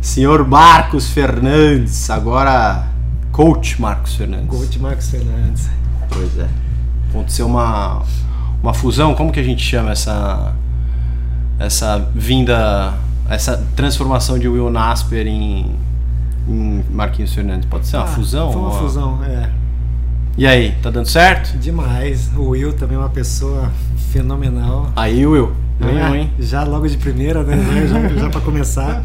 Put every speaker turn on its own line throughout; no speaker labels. Senhor Marcos Fernandes, agora coach Marcos Fernandes.
Coach Marcos Fernandes.
Pois é. Aconteceu uma, uma fusão, como que a gente chama essa essa vinda, essa transformação de Will Nasper em, em Marquinhos Fernandes? Pode ser uma
Ah,
fusão?
Foi uma
Uma-
fusão, é.
E aí, tá dando certo?
Demais. O Will também é uma pessoa fenomenal.
Aí, Will. Ganhou,
É,
hein?
Já logo de primeira, né? Já, já para começar.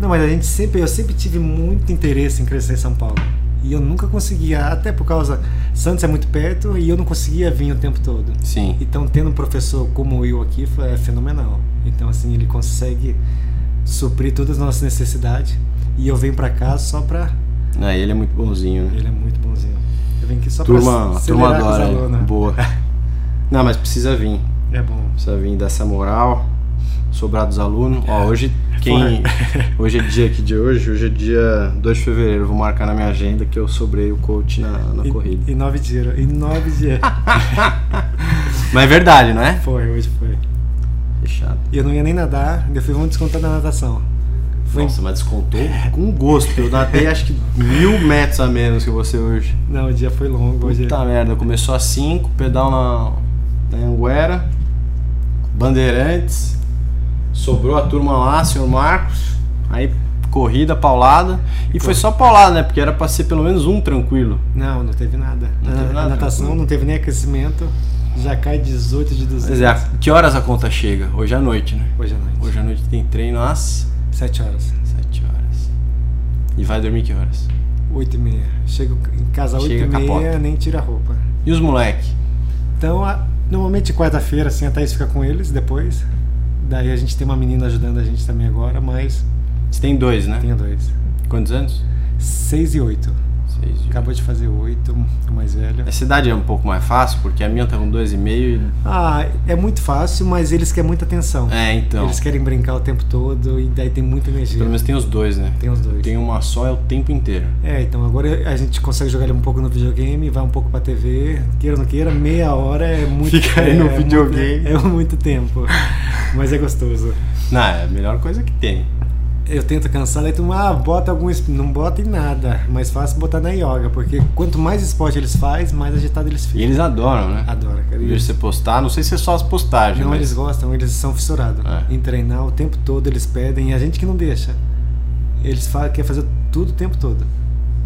Não, mas a gente sempre, eu sempre tive muito interesse em crescer em São Paulo. E eu nunca conseguia, até por causa Santos é muito perto e eu não conseguia vir o tempo todo.
Sim.
Então tendo um professor como o Will aqui foi- é fenomenal. Então assim, ele consegue suprir todas as nossas necessidades e eu venho pra cá só pra
Ah, ele é muito bonzinho, né?
ele é muito bonzinho. Eu venho aqui só
Turma,
pra
a turma
acelerar com os
adora. ele.
alunos.
Boa. Não, mas precisa vir.
É bom.
Precisa vir dar essa moral. Sobrar dos alunos. Ó, hoje quem. Hoje é dia que dia é hoje? Hoje é dia 2 de fevereiro. Vou marcar na minha agenda que eu sobrei o coach na, na
E-
corrida.
E nove dias, e nove dias.
Mas é verdade, não é?
foi, hoje foi.
Fechado.
E eu não ia nem nadar, eu falei, vamos descontar na natação. Foi-
Nossa, mas descontou com gosto. Eu nadei acho que mil metros a menos que você hoje.
Não, o dia foi longo. Hoje
Puta merda, começou às 5, pedal na, na Anguera, Bandeirantes, sobrou a turma lá, senhor Marcos, aí corrida, paulada, e foi só paulada, né? Porque era pra ser pelo menos um tranquilo.
Não, não teve nada.
Não
na,
teve
na
nada,
natação
tranquilo.
não teve nem aquecimento. Já cai 18 de 200.
Pois é, que horas a conta chega? Hoje à noite, né?
Hoje à noite.
Hoje à noite tem treino às
7 horas.
7 horas. E vai dormir que horas?
8 e meia. Chego em casa às 8
Chega,
e meia,
capota.
nem tira a roupa.
E os moleque?
Então, a- normalmente quarta-feira, assim, a Thaís fica com eles depois. Daí a gente tem uma menina ajudando a gente também agora, mas
Você tem dois, né?
tenho dois.
Quantos anos?
6 e 8.
Seis. e-
Acabou de fazer 8, o mais velho.
Essa idade é um pouco mais fácil, porque a minha tá com dois e meio e...
Ah, é muito fácil, mas eles querem muita atenção.
É, então.
Eles querem brincar o tempo todo e daí tem muita energia.
Pelo menos tem os dois, né?
Tem os dois.
Tem uma só é o tempo inteiro.
É, então agora a gente consegue jogar ele um pouco no videogame, vai um pouco pra TV, queira ou não queira, meia hora é muito
Fica aí
é,
no
é muito-
videogame.
é muito tempo. Mas é gostoso.
Não, é a melhor coisa que tem.
Eu tento cansar, daí tu, ah, bota algum. es- Não bota em nada, mas fácil botar na yoga, porque quanto mais esporte eles fazem, mais agitado eles
E
ficam.
eles adoram, né?
Adora, cara.
Em vez de você postar, não sei se é só as postagens.
Não,
mas-
eles gostam, eles são fissurados.
É.
Em treinar o tempo todo, eles pedem, e a gente que não deixa. Eles falam, quer fazer tudo o tempo todo.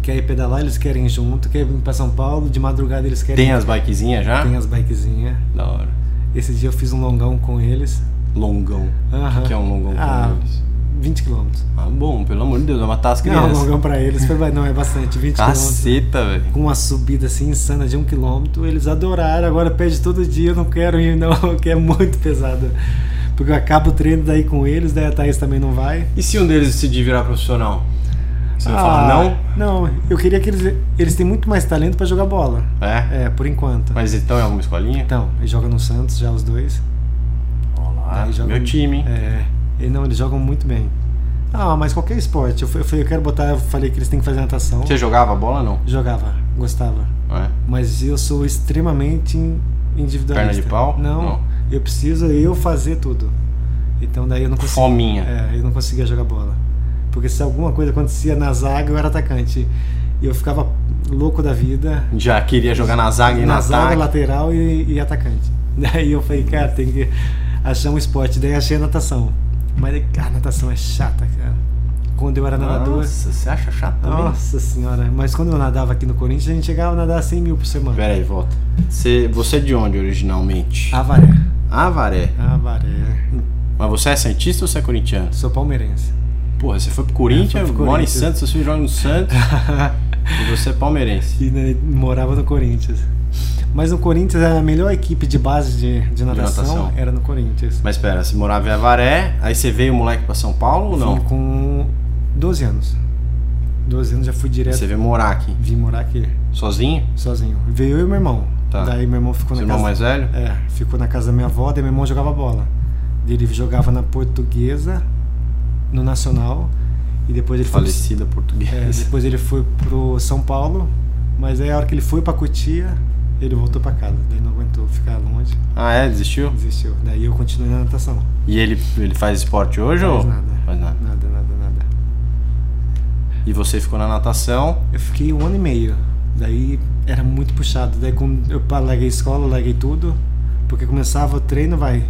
Quer ir pedalar, eles querem ir junto, quer vir pra São Paulo, de madrugada eles querem.
Tem as bikezinhas já?
Tem as bikezinhas.
Da hora.
Esse dia eu fiz um longão com eles.
Longão.
Aham.
O que é um longão
Ah,
pra eles?
20 quilômetros.
Ah, bom, pelo amor de Deus, vai matar as
Não,
crianças.
longão pra eles foi, ba- não, é bastante, 20
Ah,
quilômetros.
Caceta, velho.
Com uma subida assim insana de um quilômetro, eles adoraram. Agora pede todo dia, eu não quero ir, não, que é muito pesado. Porque eu acabo o treino daí com eles, daí a Thaís também não vai.
E se um deles decidir virar profissional? Você vai
Ah.
falar não?
Não, eu queria que eles. Eles têm muito mais talento pra jogar bola.
É?
É, por enquanto.
Mas então é alguma escolinha?
Então, eles jogam no Santos já os dois. Então,
Olá,
Daí jogam-
meu time, hein?
É. E não, eles jogam muito bem. Ah, mas qualquer esporte. Eu, fui- eu, fui- eu quero botar, eu falei que eles têm que fazer natação.
Você jogava bola não?
Jogava, gostava.
É.
Mas eu sou extremamente in- individualista.
Perna de pau?
Não.
Não.
Eu preciso eu fazer tudo. Então daí eu não consigo.
Fominha.
É, eu não conseguia jogar bola. Porque se alguma coisa acontecia na zaga, eu era atacante. E eu ficava louco da vida.
Já queria jogar na zaga e
na
na
zaga,
ataque.
lateral e, e atacante. Daí eu falei, cara, tem que achar um esporte. Daí achei a natação. Mas cara, a natação é chata, cara. Quando eu era nadador.
Nossa, você acha chato também?
é Nossa senhora. Mas quando eu nadava aqui no Corinthians, a gente chegava a nadar 100 mil por semana.
Pera aí, volta. Você, você é de onde originalmente?
Avaré.
Avaré.
Avaré.
Mas você é santista ou você é corintiano?
Sou palmeirense.
Porra, você foi pro Corinthians,
Eu fui pro
mora em
Corinthians.
Santos, seu filho joga no Santos e você é palmeirense.
e né, morava no Corinthians. Mas no Corinthians a melhor equipe de base de, de, natação,
natação.
era no Corinthians.
Mas pera, você morava em Avaré, aí você veio moleque pra São Paulo ou
Vim
não?
com 12 anos. 12 anos já fui direto.
Você veio morar aqui,
Vim morar aqui,
sozinho?
sozinho. Veio eu e meu irmão.
Tá.
Daí meu irmão ficou
Seu
na
irmão
casa.
mais velho?
É, ficou na casa da minha avó, daí meu irmão jogava bola. Ele jogava na portuguesa, no Nacional, e depois ele foi pro-
Falecida
É,
portuguesa.
depois ele foi pro São Paulo, mas aí a hora que ele foi pra Cotia, ele voltou pra casa. Daí não aguentou ficar longe,
Ah, é? Desistiu?
desistiu. Daí eu continuei na natação.
E ele, ele faz esporte hoje
Não
ou?
faz nada.
Faz nada.
Nada, nada, nada.
E você ficou na natação.
Eu fiquei um ano e meio. Daí era muito puxado. Daí quando eu pa- larguei a escola, larguei tudo, porque começava o treino, vai,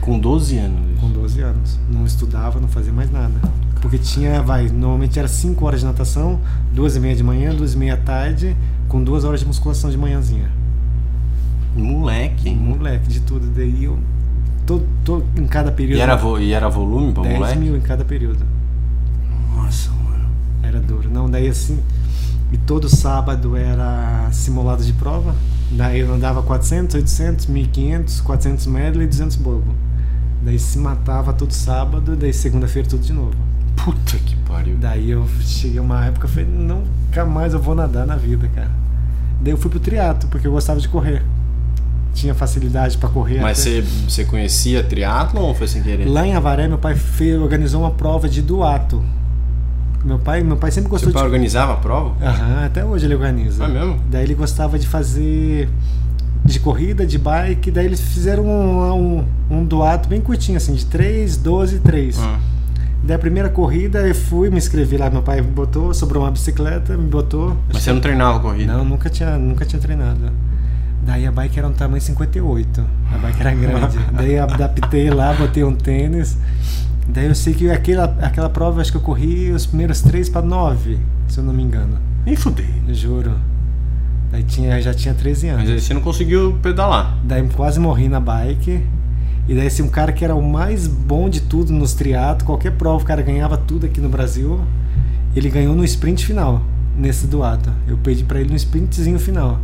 Com 12 anos.
com 12 anos. Não estudava, não fazia mais nada. Porque tinha, vai, normalmente era 5 horas de natação, duas e meia de manhã, duas e meia à tarde, com duas horas de musculação de manhãzinha.
Moleque. hein?
Moleque, de tudo. Daí eu. Todo, todo, em cada período.
E era, vo- e era volume pra
10
moleque?
mil em cada período.
Nossa, mano.
Era duro. Não, daí assim. E todo sábado era simulado de prova. Daí eu andava 400, 800, 1500, 400 medley e 200 bobo. Daí se matava todo sábado, daí segunda-feira tudo de novo.
Puta que pariu.
Daí eu cheguei uma época e falei, nunca mais eu vou nadar na vida, cara. Daí eu fui pro triatlo, porque eu gostava de correr. Tinha facilidade pra correr.
Mas
até.
você, você conhecia triatlon ou foi sem querer?
Lá em Avaré, meu pai fez, organizou uma prova de duato. Meu pai, meu pai sempre gostou
Seu pai
de
organizava a prova?
Aham, até hoje ele organiza.
É mesmo?
Daí ele gostava de fazer de corrida, de bike, daí eles fizeram um, um, um duato bem curtinho, assim, de 3, 12, 3.
Ah.
Daí a primeira corrida eu fui, me inscrevi lá, meu pai me botou, sobrou uma bicicleta, me botou.
Mas você não treinava corrida?
Não, nunca tinha, nunca tinha treinado. Daí a bike era um tamanho 58. A bike era grande. Daí eu adaptei lá, botei um tênis. Daí eu sei que aquela, aquela prova, acho que eu corri os primeiros três para nove, se eu não me engano.
Nem fudei.
Juro. Daí tinha, já tinha 13 anos.
Mas aí você não conseguiu pedalar.
Daí quase morri na bike. E daí assim, um cara que era o mais bom de tudo nos triatlo, qualquer prova, o cara ganhava tudo aqui no Brasil. Ele ganhou no sprint final, nesse duato. Eu pedi pra ele no sprintzinho final.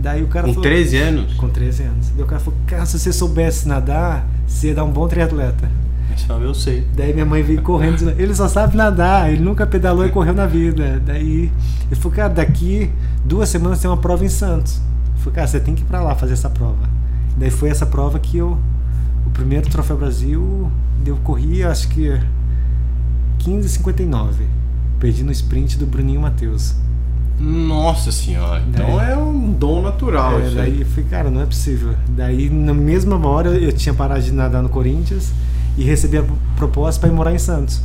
Daí o cara
Com
falou,
13 anos?
Com 13 anos. Daí o cara falou, cara, se você soubesse nadar, você ia dar um bom triatleta.
Ele falava, eu sei.
Daí minha mãe veio correndo dizendo, ele só sabe nadar, ele nunca pedalou e correu na vida. Daí eu falei, cara, daqui duas semanas tem uma prova em Santos. Eu falei, cara, você tem que ir pra lá fazer essa prova. Daí foi essa prova que eu, o primeiro Troféu Brasil, eu corri acho que 15,59. Perdi no sprint do Bruninho Matheus.
Nossa senhora. Então
Daí-
é um dom natural
É,
isso
daí
aí.
eu falei, cara, não é possível. Daí, na mesma hora, eu tinha parado de nadar no Corinthians e recebi a proposta para ir morar em Santos.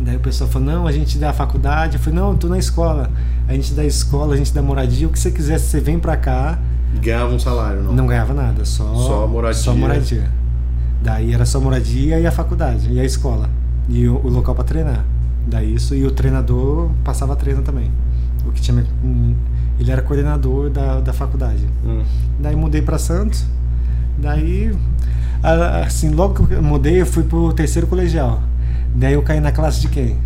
Daí o pessoal falou, não, a gente dá a faculdade. Eu falei, não, eu tô na escola. A gente dá escola, a gente dá moradia, o que você quiser, você vem pra cá.
Ganhava um salário, não.
Não ganhava nada, só,
Só moradia.
só moradia. Daí era só moradia e a faculdade, e a escola. E o, o local pra treinar. Daí isso, e o treinador passava treino também. O que tinha. me- hum, Ele era coordenador da, da faculdade.
Hum.
Daí mudei pra Santos. Daí, a- assim, logo que eu mudei, eu fui pro terceiro colegial. Daí eu caí na classe de quem?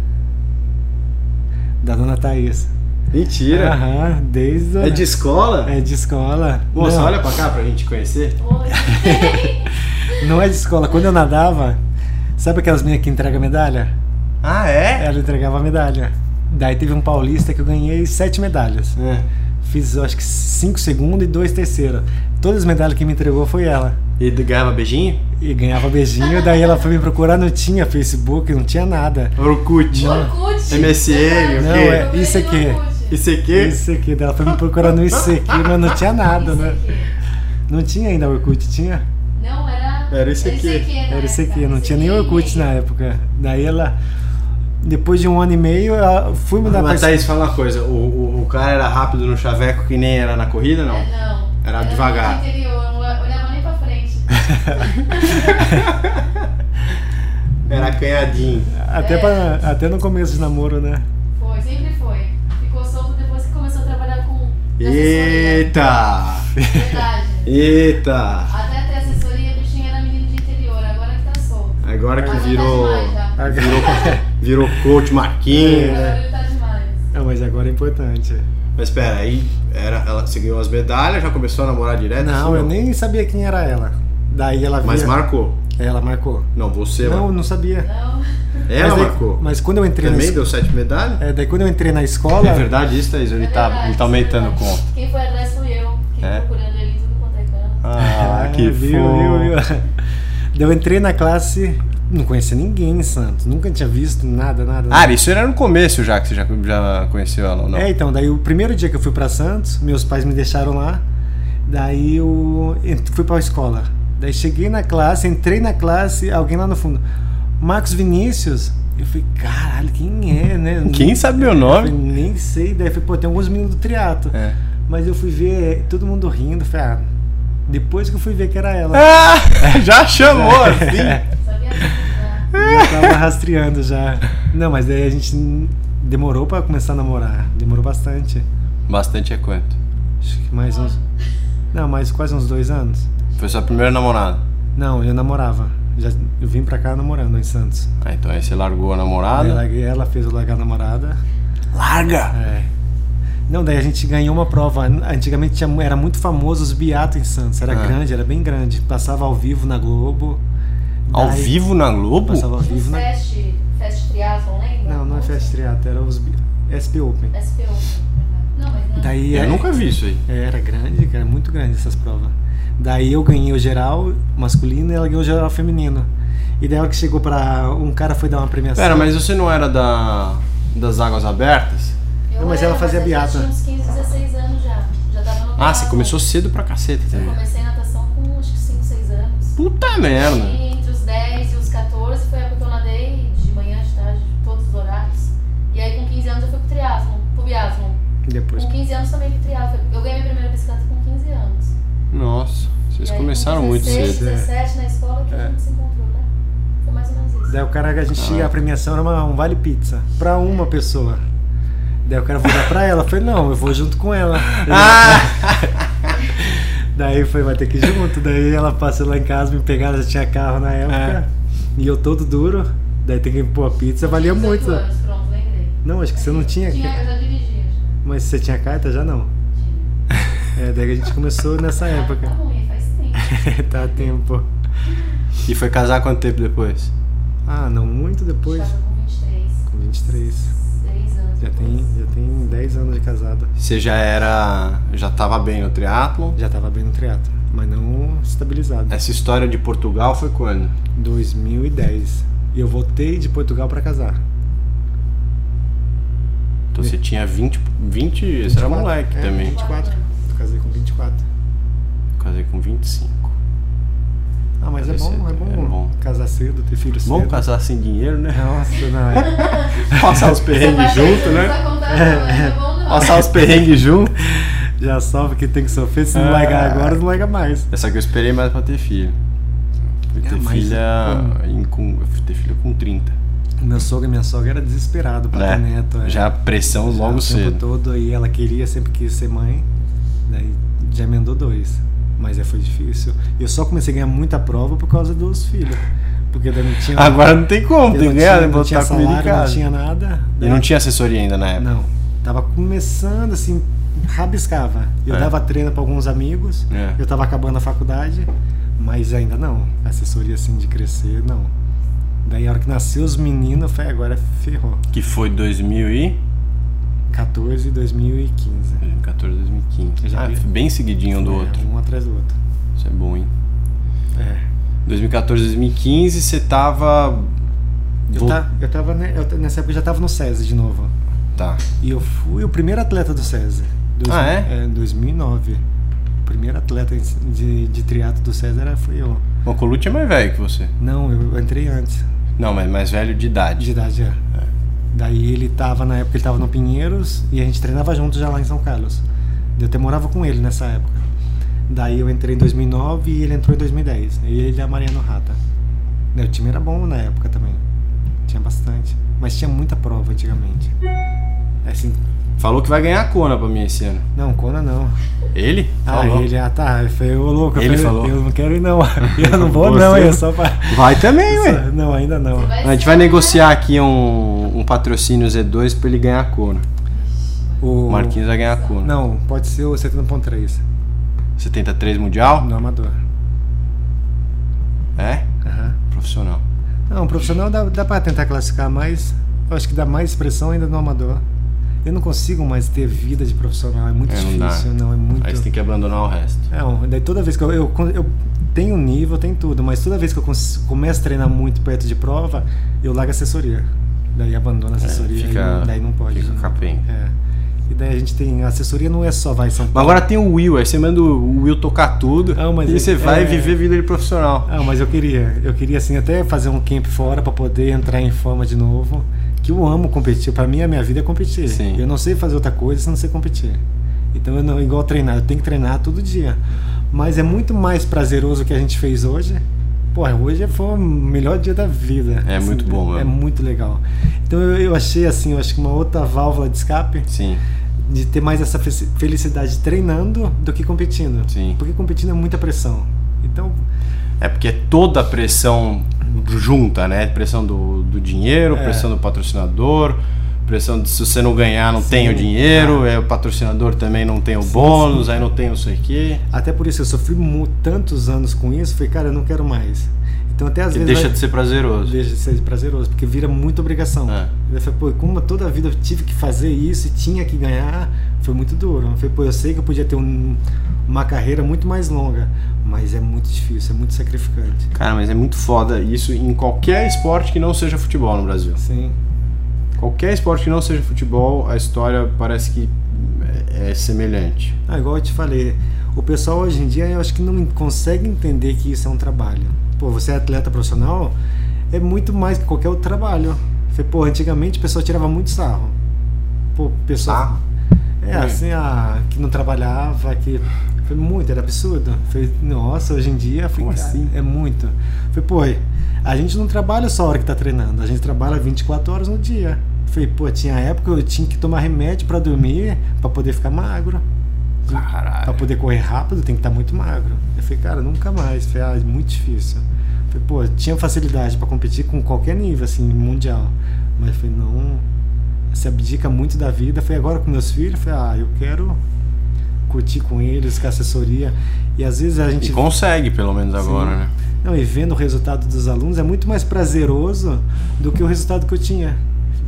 Da dona Thaís.
Mentira.
Aham, desde. a-
É de escola?
É de escola.
Moça,
não,
olha pra cá pra gente conhecer.
não é de escola. Quando eu nadava, sabe aquelas meninas que entregam medalha?
Ah, é?
Ela entregava medalha. Daí teve um paulista que eu ganhei sete medalhas.
É.
Fiz, eu acho que cinco segundos e dois terceira. Todas as medalhas que me entregou foi ela.
E do- ganhava beijinho?
E ganhava beijinho, daí ela foi me procurar, não tinha Facebook, não tinha nada.
Orkut.
Orkut.
MSN, o
Não,
quê?
é- isso aqui.
Isso aqui?
Isso aqui, daí ela foi me procurar no ICQ, mas não tinha nada, né? Não tinha ainda Orkut, tinha?
Não, era. né?
Era isso aqui.
na
Era ICQ,
época,
não tinha nem Orkut né? na época. Daí ela, depois de um ano e meio, ela- fui mudar pra
Ah, Mas tá Thaís, fala uma coisa. O, o, o cara era rápido no chaveco que nem era na corrida, não?
É, Não.
Era
muito
devagar.
interior, não é- olhava nem pra frente.
Era acanhadinho.
até, pra, até no começo de namoro, né?
Foi, sempre foi. Ficou solto depois que começou a trabalhar com. de assessoria.
Eita!
Verdade.
Eita!
Até ter assessoria, a bichinha era menino de interior, agora que tá solto.
Agora que
Agora tá
virou.
demais já.
Virou, virou coach Marquinhos, né?
Agora ele tá demais.
Ah, mas agora é importante.
Mas pera, aí era, ela você ganhou as medalhas, já começou a namorar direto?
Não,
assim,
eu nem sabia quem era ela. Daí ela
Mas
via-
marcou.
Ela marcou.
Não, você
Não,
marcou.
não sabia.
Não. é
Ela
mas, daí-
marcou.
mas quando eu entrei na
Também
escola.
deu sete medalhas?
É, daí quando eu entrei na escola.
É verdade isso, Thaís? Ele
É
tá,
verdade,
ele tá aumentando o
isso é verdade.
conto.
Quem foi atrás fui eu. Quem
É?
procurando ele em tudo quanto é canto.
Ah, que
viu,
fofo.
viu, viu. Daí Eu entrei na classe, não conhecia ninguém em Santos, nunca tinha visto nada, nada.
Ah,
nada.
isso era no começo já, que você já, já conheceu ela ou não?
É, então, daí o primeiro dia que eu fui pra Santos, meus pais me deixaram lá, daí eu ent- fui pra escola. Daí cheguei na classe, entrei na classe, alguém lá no fundo, Marcos Vinícius, Eu falei, caralho, quem é, né?
Quem sabe meu
Eu
nome?
falei, nem sei. Daí eu falei, pô, tem alguns meninos do triato.
É.
Mas eu fui ver é, todo mundo rindo. eu Falei, ah, depois que eu fui ver que era ela.
Ah, já chamou assim.
Sabia tudo, né?
Eu tava rastreando já. Não, mas daí a gente n- demorou pra começar a namorar. Demorou bastante.
Bastante é quanto?
Acho que mais uns. Não, mais quase uns dois anos.
Foi sua primeira namorada.
Não, eu namorava. Já, eu vim pra cá namorando em Santos.
Ah, então aí você largou a
Daí eu
namorada.
larguei ela fez eu largar a namorada.
Ah, Larga!
É. Não, daí a gente ganhou uma prova. Antigamente tinha, era muito famoso os biatos em Santos. Era
Ah.
grande, era bem grande. Passava ao vivo na Globo.
Ao
Daí-
vivo na Globo?
Passava ao
Tinha
vivo
um
na.
fest, fest triathlon, lembra?
Não, não é Fast Triato, era os bi- SP Open.
SPO. Não, mas não.
Daí
Eu
é-
nunca vi isso aí.
Era grande, cara, muito grande essas provas. Daí eu ganhei o geral masculino e ela ganhou o geral feminino. E daí a hora que chegou pra. Um cara foi dar uma premiação.
Pera, mas você não era da das águas abertas?
Eu
Não, mas ela
era,
fazia
eu já
biata.
tinha uns 15, 16 anos já. Já tava no
Ah,
triatlon.
você começou cedo pra caceta
É.
Eu
também.
comecei natação com acho que 5, 6 anos.
Puta merda.
E entre os 10 e os 14 foi a que eu nadei de manhã, de tarde, de todos os horários. E aí com 15 anos eu fui pro triatlon, pro biatlon.
E Depois.
Com 15 anos também fui pro triatlon. Eu ganhei minha primeira bicicleta com 15 anos.
Nossa, vocês
E aí, com
começaram muito
16,
cedo.
cedo.
17 na escola que
É.
a gente se encontrou, né? Foi mais ou menos isso.
Daí o cara, a gente.
é.
A premiação era uma- um vale pizza. Pra uma pessoa. Daí o cara foi dar pra ela. Eu falei, não, eu vou junto com ela.
Ah!
Daí foi, vai ter que ir junto. Daí ela passou lá em casa, me pegaram, já tinha carro na
É.
época. E eu todo duro. Daí tem que pôr a pizza, valia
Tinha 18
né?
muito.
Anos, pronto, lembrei.
Não, acho que você não tinha.
Tinha, eu já dirigia. já.
Mas você tinha carta? Já não.
Tinha.
É, daí a gente começou nessa época.
Tá ruim, faz tempo.
tá a tempo.
E foi casar quanto tempo depois?
Ah, não muito depois.
Tava com 23,
Com 23.
6 anos.
Já tem,
depois.
já tem 10 anos de casada.
Você já era. já tava bem no triatlon.
Já tava bem no triatlo, mas não estabilizado.
Essa história de Portugal foi quando?
2010. E eu voltei de Portugal pra casar.
Então você tinha 20. 20. Você era
24,
moleque
é,
também.
24. Eu casei com 24.
Casei com 25.
Ah, mas é
Casei
bom,
cedo,
é bom,
é bom.
casar cedo, ter filho cedo.
Vamos casar sem dinheiro, né?
Nossa, não é.
Passar os
Você vai
perrengues
ter
junto,
tudo
né?
pra contar, não, mas tá bom, não.
Passar os perrengues junto.
Já salva que tem que sofrer, se não
Ah.
largar agora, não larga mais.
Essa É, que eu esperei mais pra ter filho. Fui
É,
ter
mas-
filha. em- com, eu fui ter filha com 30.
Meu sogro e minha sogra era desesperado pra ter neto. é.
Já pressão logo
o tempo
cedo.
todo e ela queria, sempre quis ser mãe. Daí já emendou dois. Mas é, foi difícil. Eu só comecei a ganhar muita prova por causa dos filhos. Porque daí não tinha.
Agora não Ah, tem como, tem
eu não
que
tinha,
ganhar, né?
não tinha
botar comida em
salário, não
casa.
tinha nada. né?
E não tinha assessoria ainda na época.
Não. Tava começando assim, rabiscava. Eu
É.
dava treino pra alguns amigos,
É.
eu tava acabando a faculdade, mas ainda não. Assessoria assim de crescer, não. Daí a hora que nasceu os meninos, foi agora ferrou.
Que foi 2000 e...
14 2015.
2014, 2015.
Eu já
ah,
vi.
foi bem seguidinho um do
É,
outro.
Um atrás do outro.
Isso é bom, hein?
É.
2014, 2015, você tava.
Eu,
Vol-
tá, eu tava, né, eu, t- nessa época eu já tava no SESI de novo.
Tá.
E eu fui o primeiro atleta do SESI. Dois-
Ah, é?
Em 2009. O primeiro atleta em- de, de triato do SESI era, foi eu.
O Colucci é mais velho que você.
Não, eu entrei antes
Não, mas mais velho de idade.
de idade. É. Daí ele tava, na época ele tava no Pinheiros e a gente treinava junto já lá em São Carlos. Eu até morava com ele nessa época. Daí eu entrei em 2009 e ele entrou em 2010. E ele e a Mariano Rata. Daí O time era bom na época também. Tinha bastante. Mas tinha muita prova antigamente. Assim,
Falou que vai ganhar a Kona pra mim esse ano.
não, Kona não.
Ele?
Ah,
Falou.
ele, ah tá, eu falei, ô louco, eu
Ele
falei,
falou.
eu não quero ir não. Eu não vou
Você?
não, eu só pra.
Vai também, ué.
só- Não, ainda não.
Você
A gente
ser,
vai
né?
negociar aqui um, um patrocínio Z2 pra ele ganhar a Kona.
O
O Marquinhos vai ganhar a Kona.
Não, pode ser o um 70.3,
73 Mundial?
no amador.
É?
Aham.
Profissional.
Não, um profissional dá, dá pra tentar classificar, mas eu acho que dá mais expressão ainda no amador. Eu não consigo mais ter vida de profissional, é muito
É, não dá.
difícil, não, é muito.
Aí você tem que abandonar o resto.
Não, daí toda vez que eu, eu, eu tenho um nível, tenho tudo, mas toda vez que eu cons- começo a treinar muito perto de prova, eu largo a assessoria. Daí abandono a assessoria,
É, fica-
e daí não pode.
fica
não.
capenga.
É. E E daí a gente tem. A assessoria não é só vai em São
Mas
Paulo.
agora tem o Will, aí você manda o Will tocar tudo
Ah, mas
e
é-
você vai
é.
viver vida de profissional.
Ah, mas eu queria. Eu queria, assim, até fazer um camp fora pra poder entrar em forma de novo. Que eu amo competir. Pra mim, a minha vida é competir.
Sim.
Eu não sei fazer outra coisa se eu não sei competir. Então, eu não, igual treinar, eu tenho que treinar todo dia. Mas é muito mais prazeroso o que a gente fez hoje. Porra, hoje é, foi o melhor dia da vida.
É muito bom mesmo.
É muito legal. Então, eu, eu achei, assim, eu acho que uma outra válvula de escape
Sim,
de ter mais essa fe- felicidade treinando do que competindo.
Sim.
Porque competindo é muita pressão. Então,
é porque é toda a pressão junta, né? Pressão do, do dinheiro,
É.
pressão do patrocinador, pressão de se você não ganhar não
Sim.
tem o dinheiro, é, o patrocinador também não tem o bônus, aí não tem não sei o quê.
Até por isso eu sofri mu- tantos anos com isso, falei, cara, eu não quero mais. Então até às
Que
vezes
deixa
vai-
de ser prazeroso.
deixa de ser prazeroso, porque vira muita obrigação.
É.
Eu falei, pô, como toda a vida eu tive que fazer isso e tinha que ganhar, foi muito duro. Eu falei, pô, eu sei que eu podia ter um- uma carreira muito mais longa, mas é muito difícil, é muito sacrificante.
Cara, mas é muito foda isso em qualquer esporte que não seja futebol no Brasil.
Sim.
Qualquer esporte que não seja futebol, a história parece que é é semelhante.
Ah, igual eu te falei, o pessoal hoje em dia eu acho que não consegue entender que isso é um trabalho. Pô, você é atleta profissional, é muito mais que qualquer outro trabalho. Falei, Pô, antigamente o pessoal tirava muito sarro. Pô, o pessoal.
Sarro?
É,
Hum.
assim, ah, que não trabalhava, que. Foi muito, era absurdo. Falei, nossa, hoje em dia falei,
Como
cara,
assim?
é muito. Falei, pô, a gente não trabalha só a hora que tá treinando, a gente trabalha 24 horas no dia. Falei, pô, tinha época que eu tinha que tomar remédio pra dormir, pra poder ficar magro. Pra
Caralho.
poder correr rápido, tem que estar muito magro. Eu falei, cara, nunca mais. Falei, ah, é muito difícil. Falei, pô, eu tinha facilidade pra competir com qualquer nível, assim, mundial. Mas eu falei, não. Se abdica muito da vida. Falei, agora com meus filhos, falei, ah, eu quero curtir com eles, com a assessoria. E às vezes a gente.
E consegue, pelo menos agora, né?
Não, e vendo o resultado dos alunos é muito mais prazeroso do que o resultado que eu tinha.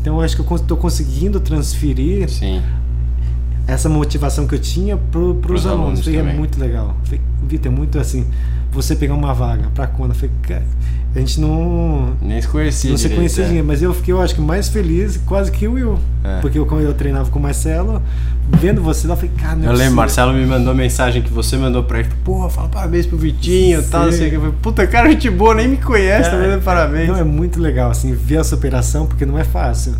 Então eu acho que eu cons- tô conseguindo transferir
Sim.
essa motivação que eu tinha pro, pros
Pros alunos
alunos. Falei, é
também.
muito legal. Falei, Vitor, é muito assim, você pegar uma vaga pra quando? Eu Falei, cara, a gente não.
Nem se conhecia.
Não se
direito,
conhecia,
é.
ninguém, mas eu fiquei, eu acho que mais feliz, quase que o Will.
É.
Porque eu, quando eu treinava com o Marcelo, vendo você lá, eu falei, cara, não é
Eu lembro,
possível.
Marcelo me mandou mensagem que você mandou pra ele. Porra, fala parabéns pro Vitinho e tal, não sei o que. Eu falei, Puta, cara, gente boa, nem me conhece, tá mandando parabéns.
Não, é muito legal, assim, ver a superação, porque não é fácil.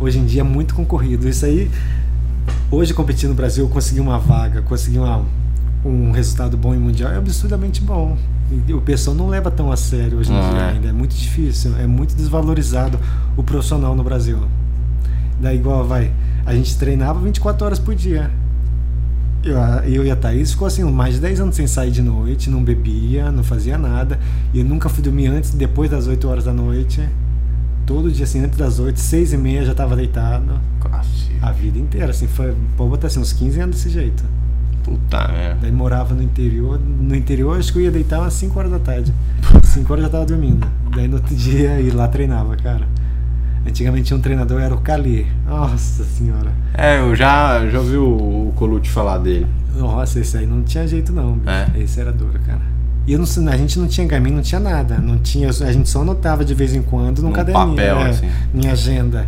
Hoje em dia é muito concorrido. Isso aí, hoje competir no Brasil, conseguir uma vaga, conseguir uma- um resultado bom em Mundial é absurdamente bom. E o pessoal não leva tão a sério hoje em
Não,
dia
é.
ainda. É muito difícil, é muito desvalorizado o profissional no Brasil. Daí igual, vai, a gente treinava 24 horas por dia. Eu, a- eu e a Thaís ficou assim, mais de 10 anos sem sair de noite, não bebia, não fazia nada. E eu nunca fui dormir antes, depois das 8 horas da noite. Todo dia, assim, antes das 8, 6 e meia já tava deitado.
Cacete.
A vida inteira, assim, foi, pode botar assim, uns 15 anos desse jeito.
Puta merda.
Daí morava no interior, no interior acho que eu ia deitar umas 5 horas da tarde. 5 horas já tava dormindo. Daí no outro dia ia lá treinava, cara. Antigamente tinha um treinador, era o Cali. Nossa senhora.
É, eu já, já ouvi o, o Colucci falar dele.
Nossa, esse aí não tinha jeito não, bicho.
É?
Esse era duro, cara. E eu não sei- a gente não tinha caminho, não tinha nada. Não tinha, a gente só anotava de vez em quando num,
Num
caderninho.
papel,
é,
assim.
Em agenda.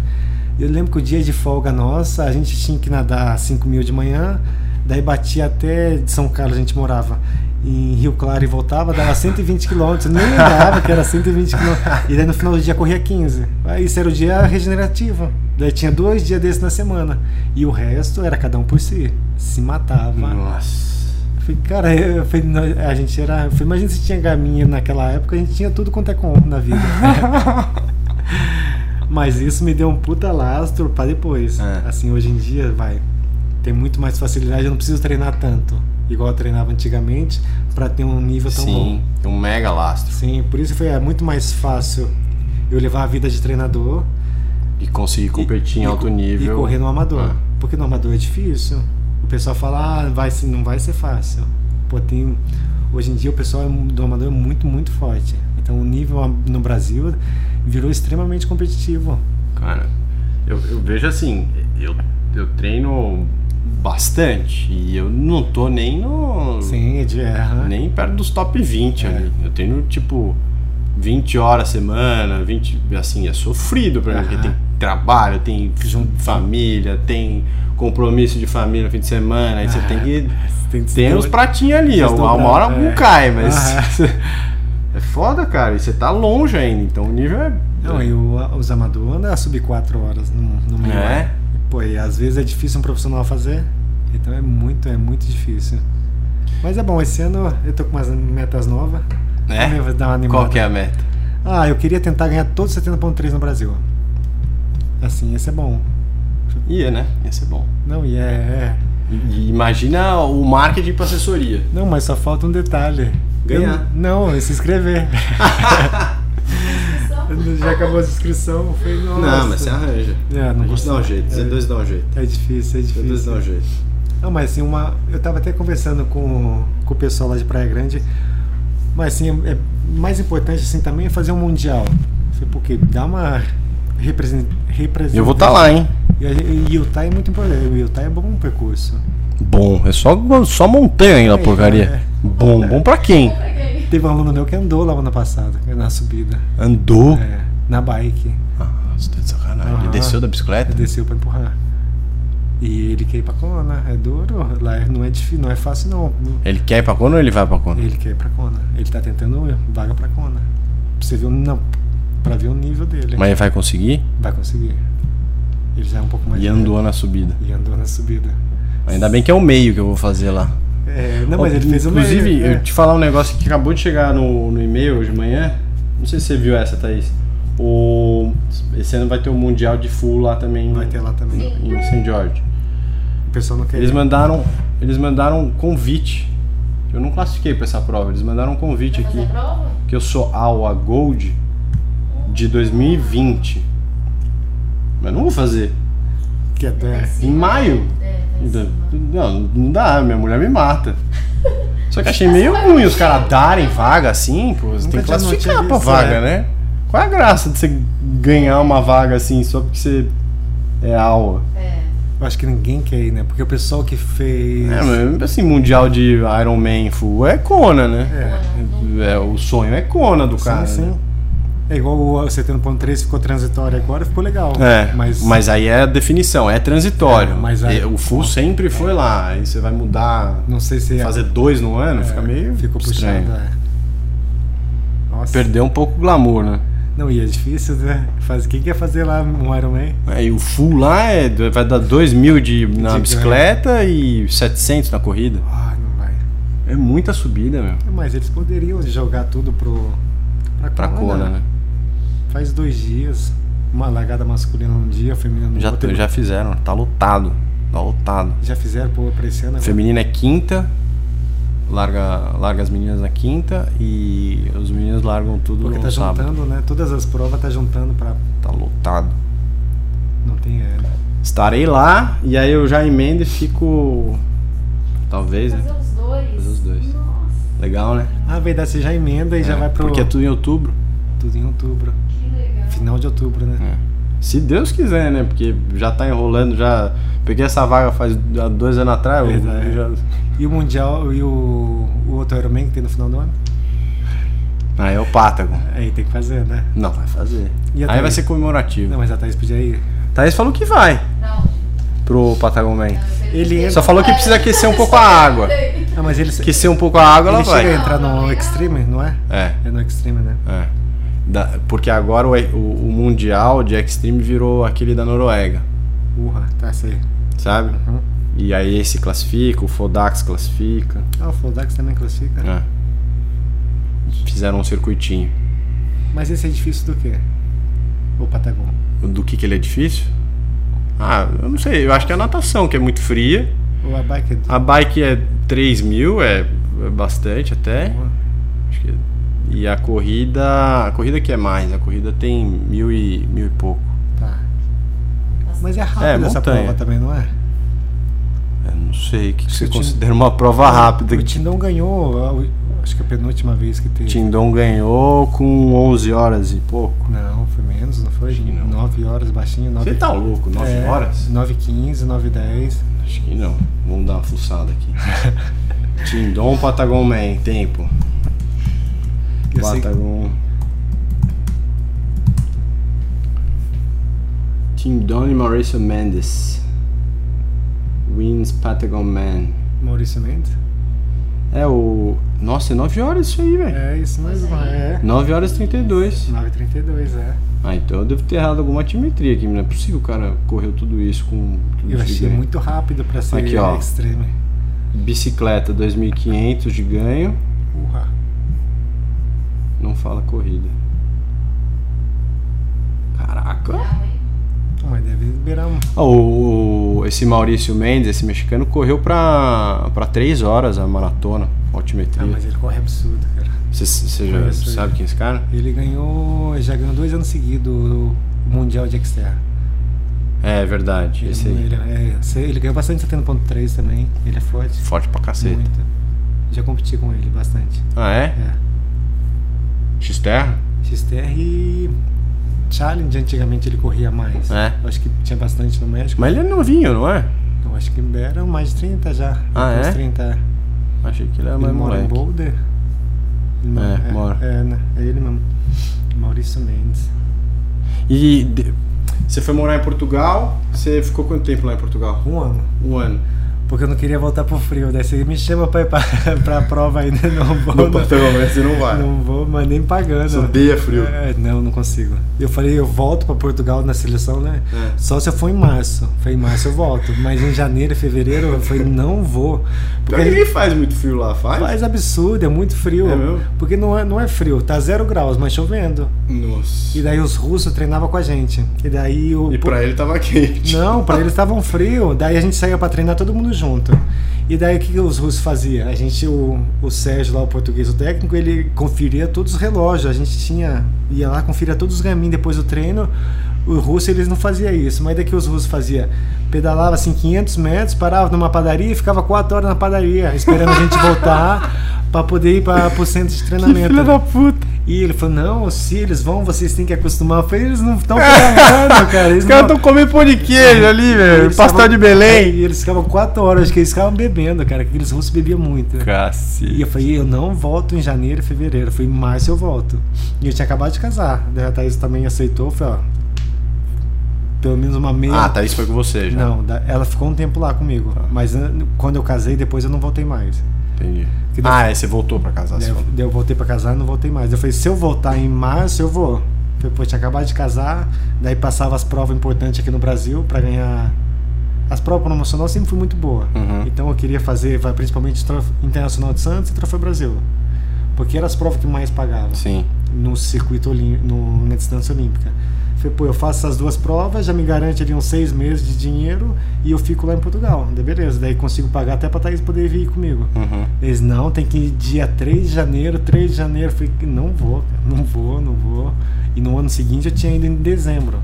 Eu lembro que o dia de folga nossa, a gente tinha que nadar às 5 mil de manhã, daí batia até de São Carlos, a gente morava em Rio Claro e voltava, dava 120 quilômetros, nem lembrava que era 120 quilômetros. E daí no final do dia corria 15. Aí isso era o dia regenerativo. Daí tinha dois dias desses na semana. E o resto era cada um por si. Se matava.
Nossa.
Eu Falei, cara, eu, eu falei, nós- a gente era. Eu falei, imagina se tinha gaminha naquela época, a gente tinha tudo quanto é com na vida. né? Mas isso me deu um puta lastro pra depois.
É.
Assim, hoje em dia, vai. Tem muito mais facilidade, eu não preciso treinar tanto. Igual eu treinava antigamente, pra ter um nível tão bom.
Sim, um mega lastro.
Sim, por isso foi é, muito mais fácil eu levar a vida de treinador
E conseguir competir em
e-
alto
e
nível.
E correr no amador.
Ah.
Porque no amador é difícil. O pessoal fala, ah, vai, ser- não vai ser fácil. Pô, tem, hoje em dia o pessoal é mu- do amador é muito, muito forte. Então o nível am- no Brasil virou extremamente competitivo.
Cara, eu, eu vejo assim, eu, eu treino bastante e eu não tô nem no.
Sim, é de erra.
Nem perto dos top 20
É.
ali. Eu treino tipo 20 horas a semana, 20, assim, é sofrido pra mim, porque
Aham. um
tem trabalho, tem família, tem compromisso de família no fim de semana, aí você tem que
Tem, que
tem
ter-
uns pratinhos ali, ó.
Desdobrar,
Uma hora
é.
um cai, mas.
Aham.
é foda, cara. E você tá longe ainda, então o nível é.
Não, e o, os amador anda a sub 4 horas no, no meio. né?
É.
Pô, e às vezes é difícil um profissional fazer. Então é muito, é muito difícil. Mas é bom, esse ano eu tô com umas metas novas. Também
É?
vou dar uma animada.
Qual que é a meta?
Ah, eu queria tentar ganhar todos os 70.3 no Brasil. Assim, esse é bom.
Ia, né? Ia ser bom.
Não, e é, é.
E- e imagina o marketing pra assessoria.
Não, mas só falta um detalhe.
Ganhar.
Eu- não, é se inscrever. Já acabou a inscrição, foi nossa.
Não, mas você arranja.
É, não
a gente
consigo.
dá um jeito,
É.
vocês dois dão um jeito.
É difícil, é
Vocês dois
difícil.
dão um jeito.
Não, mas assim, uma. Eu tava até conversando com, com o pessoal lá de Praia Grande. Mas assim, é mais importante assim também é fazer um mundial. Foi porque dá uma represent, representação.
Eu vou estar lá, hein?
E, a- e Utah é muito importante. O Utah é bom percurso.
Bom, é só, só montanha ainda,
É,
porcaria.
é.
Bom, bom pra quem?
Peguei.
Teve um aluno meu que andou lá ano passado, na subida.
Andou.
É, na bike.
Ah, você tá de sacanagem. Ele
Aham.
desceu da bicicleta?
Ele desceu pra empurrar. E ele quer ir pra Kona. É duro. Lá não é difícil, não é fácil não.
Ele quer ir pra Kona ou ele vai pra Kona?
Ele quer ir pra Kona. Ele tá tentando vaga pra Kona. Pra você ver o. Não, pra ver o nível dele.
Mas ele vai conseguir?
Vai conseguir. Ele já é um pouco mais.
E
velho.
andou na subida.
E andou na subida.
Ainda bem que é o meio que eu vou fazer lá.
É, não, mas ele fez o
Inclusive,
meio, né?
eu te falar um negócio que acabou de chegar no, no e-mail hoje de manhã. Não sei se você viu essa, Thaís. O, esse ano vai ter o Mundial de Full lá também.
Vai ter lá também.
Em St. George.
O pessoal não quer.
Eles
ir.
mandaram, eles mandaram um convite. Eu não classifiquei pra essa prova. Eles mandaram um convite
Vai
aqui.
fazer a prova?
Que eu sou AWA Gold de 2020. Mas não vou fazer.
Que é, até.
Sim,
Em maio?
É, tá em
Da-
cima.
Não, não dá, minha mulher me mata. Só que achei meio ruim os caras darem vaga assim, pô. Você
Nunca
tem que
tinha- não tinha
classificar pra
visto,
vaga,
né?
né? Qual é a graça de você ganhar uma vaga assim só porque você é aula?
É.
Eu acho que ninguém quer ir, né? Porque o pessoal que fez.
É, mas assim, mundial de Iron Man full é Kona, né?
É.
É, o sonho é Kona do cara.
sim,
né?
sim. É igual o 70.3 ficou transitório agora, ficou legal.
É, mas,
mas,
aí é a definição, é transitório.
É, mas aí-
E o full sempre foi lá, aí você vai mudar,
não sei se é-
fazer dois no ano,
é,
fica meio
ficou
estranho.
puxado. É. Nossa.
Perdeu um pouco o glamour, né?
Não, e é difícil, né? Faz, quem quer fazer lá um Ironman?
É, e o full lá é, vai dar 2 mil de, na
De
bicicleta e 700 na corrida.
Ah, não vai.
É muita subida, meu.
Mas eles poderiam jogar tudo pro.
Pra Kona, né?
Faz dois dias. Uma largada masculina num dia, feminina no
Já,
outro.
já fizeram, tá lotado. Tá lotado.
Já fizeram pô, pra esse ano? agora?
Feminina é quinta, larga, larga as meninas na quinta e os meninos largam tudo
Porque
no
tá
sábado.
juntando, né? Todas as provas tá juntando pra.
Tá lotado.
Não tem. É,
Estarei lá e aí eu já emendo e fico. Talvez, né?
Fazer os dois.
Fazer os dois.
Nossa,
Legal, né?
Ah, verdade, você já emenda e já
É,
vai pro.
Porque é tudo em outubro.
Tudo em outubro.
que legal.
Final de outubro, né?
Se Deus quiser, né? Porque já tá enrolando, já. Peguei essa vaga faz há dois anos atrás. eu
Verdade.
já-
E o Mundial e o, o outro Ironman que tem no final do ano?
Ah, é o Pátago.
Aí tem que fazer, né?
Não, vai fazer.
E a
Aí vai
Thaís?
ser comemorativo.
Não, mas a Thaís podia ir.
Thaís falou que vai
Não,
pro Patagon Man.
Ele entra-
Só falou que precisa aquecer um pouco a água.
Ah, mas eles.
Aquecer um pouco a água, ela
ele chega a
vai.
entrar no Extreme, não é?
É,
É no Extreme, né?
é. Da- porque agora o, o- o Mundial de Extreme virou aquele da Noruega,
Urra, tá, sei.
sabe?
Uhum.
E aí esse classifica, o Fodax classifica.
Ah, o Foldax também classifica.
né? Fizeram um circuitinho.
Mas esse é difícil do quê? O Patagon.
Do que, que ele é difícil? Ah, eu não sei. Eu acho que é a natação, que é muito fria.
Ou a bike é do...
A bike é 3 mil, é, é bastante até.
Urra.
Acho que- E a corrida. A corrida que é mais, a corrida tem mil e, mil e pouco.
Tá. Mas é
É,
rápido essa
montanha.
prova também, não é?
Eu não sei o que, que você
O Tin-
considera uma prova rápida.
O Tindon ganhou, a- o- acho que a penúltima vez que teve.
Tindon ganhou com 11 horas e pouco.
Não, foi menos, não foi?
que não.
9 horas baixinho, É, 9
Você tá louco, 9 horas?
9 15, 9 10.
Acho que não. Vamos dar uma fuçada aqui. Tindon Patagon Man, tempo.
Eu sei,
Patagon. Tim Don e Maurício Mendes. Wins Patagon Man.
Maurício Mendes?
É o. Nossa, é 9 horas isso aí, velho.
É isso mesmo,
Pois
é.
9 horas e 32.
9h32, é.
Ah, então eu devo ter errado alguma altimetria aqui. Não é possível o cara correu tudo isso com. tudo
Eu
isso
achei
ganho.
muito rápido pra ser
Aqui, ó.
extreme.
Bicicleta 2.500 de ganho.
Urra.
Não fala corrida. Caraca!
Bravo, hein?
Então, Mas deve liberar um.
Ó, o, o- esse Maurício Mendes, esse mexicano, correu pra, pra 3 horas a maratona, a altimetria.
Ah, mas ele corre absurdo, cara.
Você você
É
já
isso aí.
sabe quem é esse cara?
Ele ganhou. Já ganhou dois anos seguidos o Mundial de Xterra.
É verdade, esse aí.
Ele, é, se- ele ganhou bastante 70.3 também. Ele é forte.
Forte pra caceta.
Muito. Já competi com ele bastante.
Ah, é?
É.
X-Terra?
XTR e. Challenge antigamente ele corria mais.
É.
Eu acho que tinha bastante no México. Então,
Mas ele é novinho, não é?
Eu acho que era mais de 30 já.
Ah,
uns
é?
30. é.
Achei que ele era
Ele
mais
mora em
moleque.
Boulder? Não,
É, mora.
É, né? É ele mesmo. Maurício Mendes.
E de- você foi morar em Portugal? Você ficou quanto tempo lá em Portugal?
Um ano.
Um ano.
Porque eu não queria voltar pro frio. Daí você me chama pra ir pra, pra prova ainda. Não vou.
No
não.
Portugal, mas você não vai.
Não vou, mas nem pagando.
Você odeia frio.
É, não, não consigo. Eu falei, eu volto pra Portugal na seleção, né?
É.
Só se eu for em março. Foi em março eu volto. Mas em janeiro, fevereiro, eu falei, não vou.
Pior que nem faz muito frio lá, faz?
Faz absurdo, é muito frio.
Tá É mesmo?
Porque não é, não é frio, tá zero graus, mas chovendo.
Nossa.
E daí os russos treinavam com a gente. E daí o.
E pra ele tava quente.
Não, pra eles estavam frio. Daí a gente saía pra treinar todo mundo junto. E daí o que, que os russos faziam? A gente, o, o Sérgio lá, o português, o técnico, ele conferia todos os relógios. A gente tinha. ia lá, conferia todos os gaminhos depois do treino. O russo, eles não faziam isso. Mas daí o que os russos faziam? Pedalava assim 500 metros, parava numa padaria e ficava 4 horas na padaria, esperando a gente voltar pra poder ir pra, pro centro de treinamento.
puta.
E ele falou: não, se eles vão, vocês têm que acostumar. Eu falei: eles não estão pegando, cara. Eles não
comendo pão de queijo ali,
eles ficavam- É, E eles ficavam quatro horas, que eles ficavam bebendo, cara. que Aqueles russos bebiam muito. E eu
Cacete.
falei, eu não volto em janeiro e fevereiro. Eu falei, em março eu volto. E eu tinha acabado de casar. Daí a Thaís também aceitou. Eu falei, ó. Pelo menos uma meia.
Ah, Thaís foi com você já.
Não, da- ela ficou um tempo lá comigo. Mas né, quando eu casei, depois eu não voltei mais.
Entendi.
Que daí-
Ah, é, você voltou pra casar.
Daí
você
eu,
falou.
daí eu voltei pra casar e não voltei mais. Eu falei, se eu voltar em março, eu vou. Eu falei, pô, tinha acabado de casar, daí passava as provas importantes aqui no Brasil pra ganhar. As provas promocionais sempre foi muito boa.
Uhum.
Então eu queria fazer vai, principalmente Trof- Internacional de Santos e Troféu Brasil. Porque eram as provas que mais pagavam
Sim.
no circuito olí- no, na distância olímpica. Eu Falei, pô, eu faço essas duas provas, já me garante ali uns seis meses de dinheiro e eu fico lá em Portugal. Daí beleza, daí consigo pagar até pra Thaís poder vir comigo.
Uhum.
Eles, não, tem que ir dia 3 de janeiro, 3 de janeiro. Eu falei, não vou, cara, não vou, não vou. E no ano seguinte eu tinha ido em dezembro.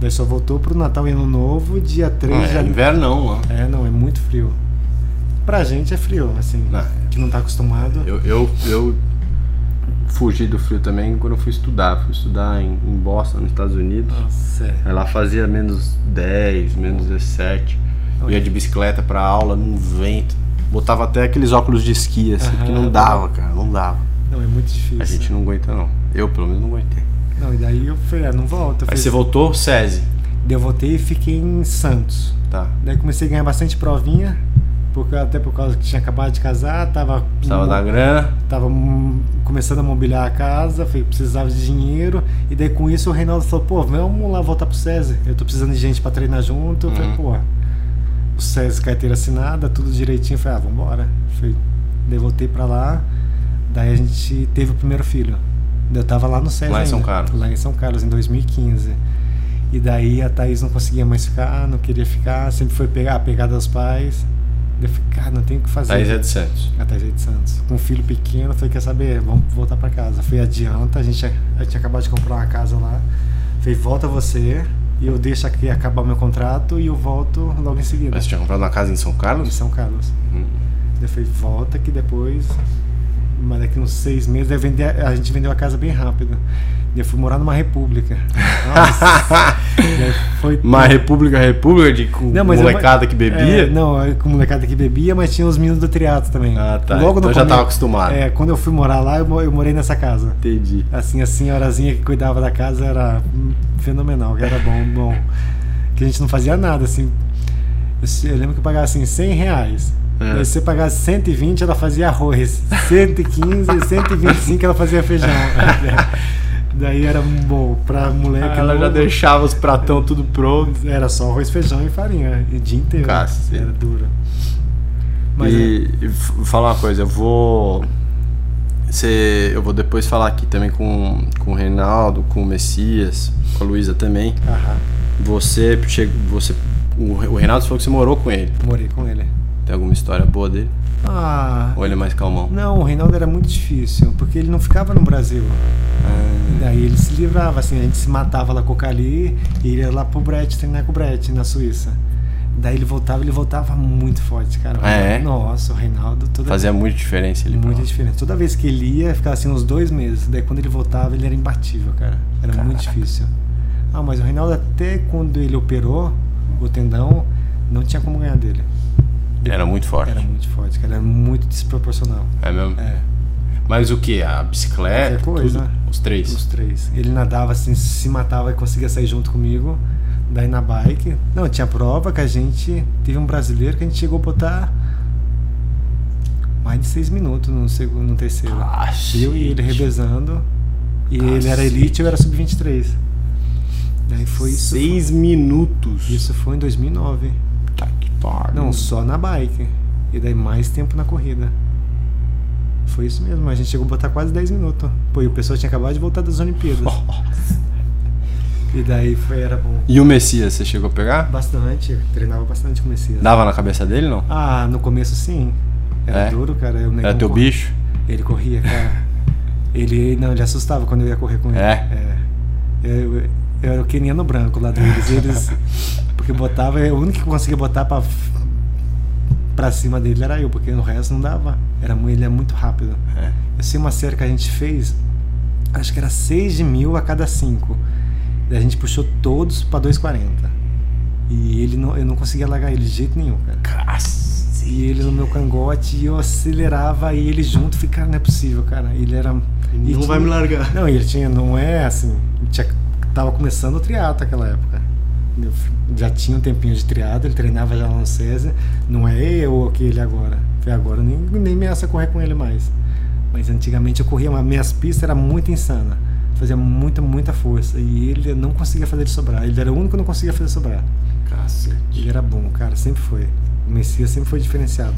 Daí só voltou pro Natal e Ano Novo, dia 3
Ah,
de
é
janeiro.
inverno não, ó.
É, não, é muito frio. Pra gente é frio, assim,
Ah,
que não tá acostumado.
Eu, eu, eu fugi do frio também quando eu fui estudar. Fui estudar em, em Boston, nos Estados Unidos.
Nossa, é.
Aí lá fazia menos 10, menos 17. Eu ia de bicicleta pra aula num vento. Botava até aqueles óculos de esqui, assim,
Aham,
que não
tá
dava, cara, não dava.
Não, é muito difícil.
A gente não aguenta, não. Eu, pelo menos, não aguentei.
Não, e daí eu falei, ah, não volto.
Aí
Eu falei,
você voltou, SESI.
Daí eu voltei e fiquei em Santos.
Tá.
Daí comecei a ganhar bastante provinha, porque, até por causa que tinha acabado de casar, tava... um
Precisava da grana.
Tava hum, começando a mobiliar a casa, falei, precisava de dinheiro. E daí com isso o Reinaldo falou, pô, vamos lá voltar pro SESI. Eu tô precisando de gente pra treinar junto. Eu falei,
Uhum.
pô, o SESI, carteira assinada, tudo direitinho. Eu falei, ah, vambora. Falei, daí voltei pra lá. Daí a gente teve o primeiro filho. Daí Eu tava lá no SESI
Lá em São
ainda,
Carlos.
Lá em São Carlos, em 2015. E daí a Thaís não conseguia mais ficar, não queria ficar. Sempre foi pegar, pegada dos pais. Daí eu falei, cara, não tem o que fazer.
Thaís é de Santos.
A Thaís é de Santos. Com um filho pequeno, eu falei, quer saber? Vamos voltar pra casa. Falei, adianta, a gente eu tinha acabado de comprar uma casa lá. Falei, volta você, e eu deixo aqui acabar meu contrato e eu volto logo em seguida.
Mas tipo, você tinha comprado uma casa em São
Em
Carlos?
São Carlos. Daí Eu falei, volta que depois. Mas daqui uns seis meses daí vender, a gente vendeu a casa bem rápido. Daí Eu fui morar numa república. Nossa! Daí foi
Uma república, república de com
Não, mas eu-
molecada que bebia?
É, não, é com molecada que bebia, mas tinha os meninos do triatlo também.
Ah, tá.
Logo no
Então já
come-
tava acostumado.
É, quando eu fui morar lá, eu, mo- eu morei nessa casa.
Entendi.
Assim, a senhorazinha que cuidava da casa era hum, fenomenal, era bom, bom. que a gente não fazia nada, assim. Eu, se- eu lembro que eu pagava assim 100 reais.
É.
Daí se você pagasse 120, ela fazia arroz. 115, 125 ela fazia feijão. Daí era um bom pra moleque.
É Ah, Ela já
novo,
deixava os pratão tudo pronto.
Era só arroz, feijão e farinha. E o dia inteiro. né?
Cacete.
Era dura.
e,
é.
e f- falar uma coisa, eu vou. cê- eu vou depois falar aqui também com, com o Reinaldo, com o Messias, com a Luísa também.
é, aham,
Você. che- você o, Re- o Reinaldo falou que você morou com ele.
morei com ele.
Tem alguma história boa dele?
Ah.
Ou ele é mais calmão?
Não, o Reinaldo era muito difícil, porque ele não ficava no Brasil.
Ah,
Daí ele se livrava, assim, a gente se matava lá com o Cali e ele ia lá pro Brett, treinar com o Brett, na Suíça. Daí ele voltava, ele voltava muito forte, cara.
Ah, é?
Nossa, o Reinaldo toda
fazia muita diferença ele.
muita diferença. Toda vez que ele ia, ficava assim uns dois meses. Daí quando ele voltava, ele era imbatível, cara. Era muito
Caraca.
difícil. Ah, mas o Reinaldo até quando ele operou o tendão, não tinha como ganhar dele.
Era muito forte.
Era muito forte, cara. Era muito desproporcional.
É mesmo?
É.
Mas o que? A bicicleta?
Qualquer coisa,
tudo?
né?
Os três.
Os três. Ele nadava assim, se matava e conseguia sair junto comigo. Daí na bike. Não, tinha prova que a gente. Teve um brasileiro que a gente chegou a botar mais de seis minutos no segundo, no terceiro.
Cacete.
eu e ele revezando. E ele era
Cacete.
elite, eu era sub-23. Daí foi isso.
Seis minutos.
Isso foi em 2009.
Tá que pariu.
Não, só na bike. E daí mais tempo na corrida. Foi isso mesmo, a gente chegou a botar quase 10 minutos. Pô, e o pessoal tinha acabado de voltar das Olimpíadas. E daí foi, era bom.
E o Messias, você chegou a pegar?
Bastante, treinava bastante com o Messias.
Dava na cabeça dele, não?
Ah, no começo sim. Era
É?
duro, cara. Eu
Era teu bicho?
Ele corria, cara. ele, não, ele assustava quando eu ia correr com ele.
É?
É. Eu, eu era o keniano branco lá deles. Eles, porque botava, o único que conseguia botar pra, pra cima dele era eu, porque no resto não dava. Era, mu- ele é muito rápido.
É.
Eu sei uma série que a gente fez, acho que era 6 de mil a cada 5. Daí a gente puxou todos pra 2,40. E ele não, eu não conseguia largar ele de jeito nenhum, cara.
Cacete.
E ele no meu cangote e eu acelerava e ele junto, falei, cara, não é possível, cara. Ele era. e
Não
tinha-
vai me largar.
Não, ele tinha, não é assim. Tinha, tava começando o triatlo naquela época. Meu fi- já tinha um tempinho de triatlo, ele treinava já lá no César. Não é eu aquele agora. Foi agora, eu nem, nem ameaça correr com ele mais. Mas antigamente eu corria, mas minhas pistas era muito insana. Fazia muita, muita força. E ele não conseguia fazer ele sobrar. Ele era o único que não conseguia fazer sobrar.
Cacete.
Ele era bom, cara, sempre foi. O Messias sempre foi diferenciado.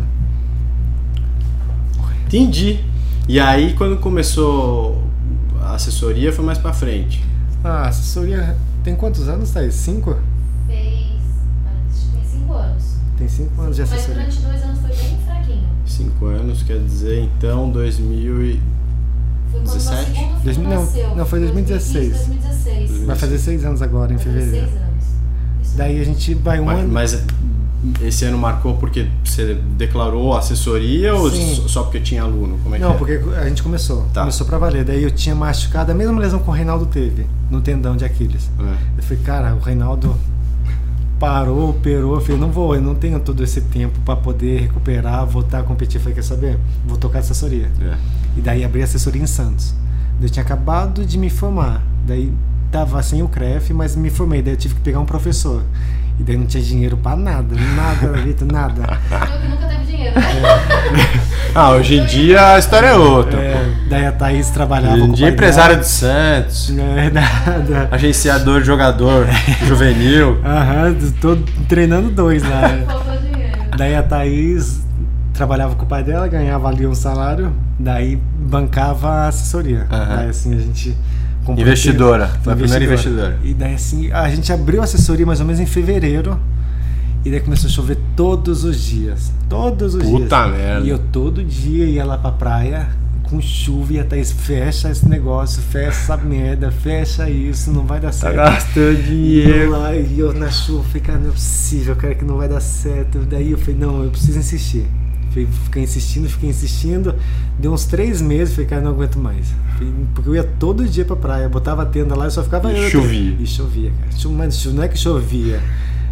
Entendi. E aí, quando começou a assessoria, foi mais pra frente.
Ah, a assessoria tem quantos anos, Thaís? Cinco?
Fez. acho que Tem 5 anos.
Tem cinco anos de
Mas
assessoria.
durante dois anos foi bem fraquinho.
Cinco anos, quer dizer, então, 2000 e...
Foi quando
17?
meu segundo
Dois
filho
mil- não,
nasceu.
não, foi 2016.
2016.
Vai fazer seis anos agora, em
Vai fazer
fevereiro.
seis anos. Isso.
Daí a gente vai um
Mas,
ano.
mas eh, esse ano marcou porque você declarou assessoria ou
Sim.
só porque tinha aluno? Como é que
Não,
é?
porque a gente começou.
Tá.
Começou pra valer. Daí eu tinha machucado a mesma lesão que o Reinaldo teve no tendão de Aquiles.
É.
Eu falei, cara, o Reinaldo parou, operou. Eu falei, não vou, eu não tenho todo esse tempo pra poder recuperar, voltar a competir. Eu falei, quer saber? Vou tocar assessoria.
É.
E daí abri a assessoria em Santos. Eu tinha acabado de me formar. Daí tava sem o CREF, mas me formei. Daí eu tive que pegar um professor. E daí não tinha dinheiro pra nada, nada, Vitor, nada.
Eu um que nunca teve dinheiro. né?
Ah, hoje em dia a história é outra.
É, daí a Thaís trabalhava.
Hoje
com
em
o
dia é
pai
empresário
dela.
do Santos,
É, nada.
agenciador, de jogador, juvenil.
Aham, tô treinando dois lá.
Faltou dinheiro.
Daí a Thaís trabalhava com o pai dela, ganhava ali um salário, daí bancava a assessoria.
Aham.
Daí assim a gente comprou
Investidora,
tudo.
foi a primeira investidora.
E daí assim, a gente abriu a assessoria mais ou menos em fevereiro. E daí começou a chover todos os dias. Todos os dias.
Puta merda.
E eu todo dia ia lá pra praia com chuva e a Thaís fecha esse negócio, fecha essa merda, fecha isso, não
Tá
vai dar certo.
gastando
E eu lá, e eu na chuva, falei, cara, não é possível, cara, que não vai dar certo. Daí eu falei, não, eu preciso insistir. Falei, fiquei insistindo, fiquei insistindo. Deu uns três meses, falei, cara, não aguento mais. Falei, porque eu ia todo dia pra praia, botava a tenda lá e só ficava
E
eu.
chovia.
E chovia, cara. Chu- Mas chu- não é que chovia.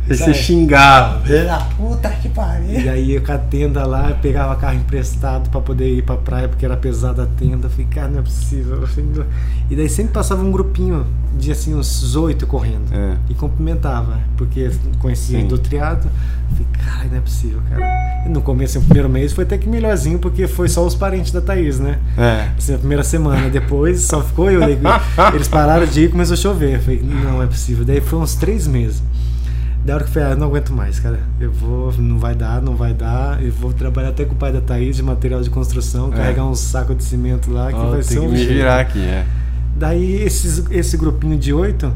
Aí você
Sabe?
xingava. "Pela puta que
E
pariu.
aí com a tenda lá, eu pegava carro emprestado pra poder ir pra praia, porque era pesada a tenda. Eu falei, cara, não é possível. Eu falei, "Não." E daí sempre passava um grupinho de assim, uns oito correndo.
É.
E cumprimentava, porque conhecia
Sim.
do triado. Eu falei, cara, não é possível, cara. E no começo, no primeiro mês, foi até que melhorzinho, porque foi só os parentes da Thaís, né?
É.
Assim, a primeira semana, depois só ficou eu. Daí Eles pararam de ir e começou a chover. Eu falei, não é possível. Daí foi uns três meses. Da hora que eu falei, ah, eu não aguento mais, cara. Eu vou, não vai dar, não vai dar. Eu vou trabalhar até com o pai da Thaís de material de construção,
É.
carregar um saco de cimento lá, que
Ó,
vai
tem
ser
que
um
me
jeito."
virar aqui, é.
Daí esses, esse grupinho de oito,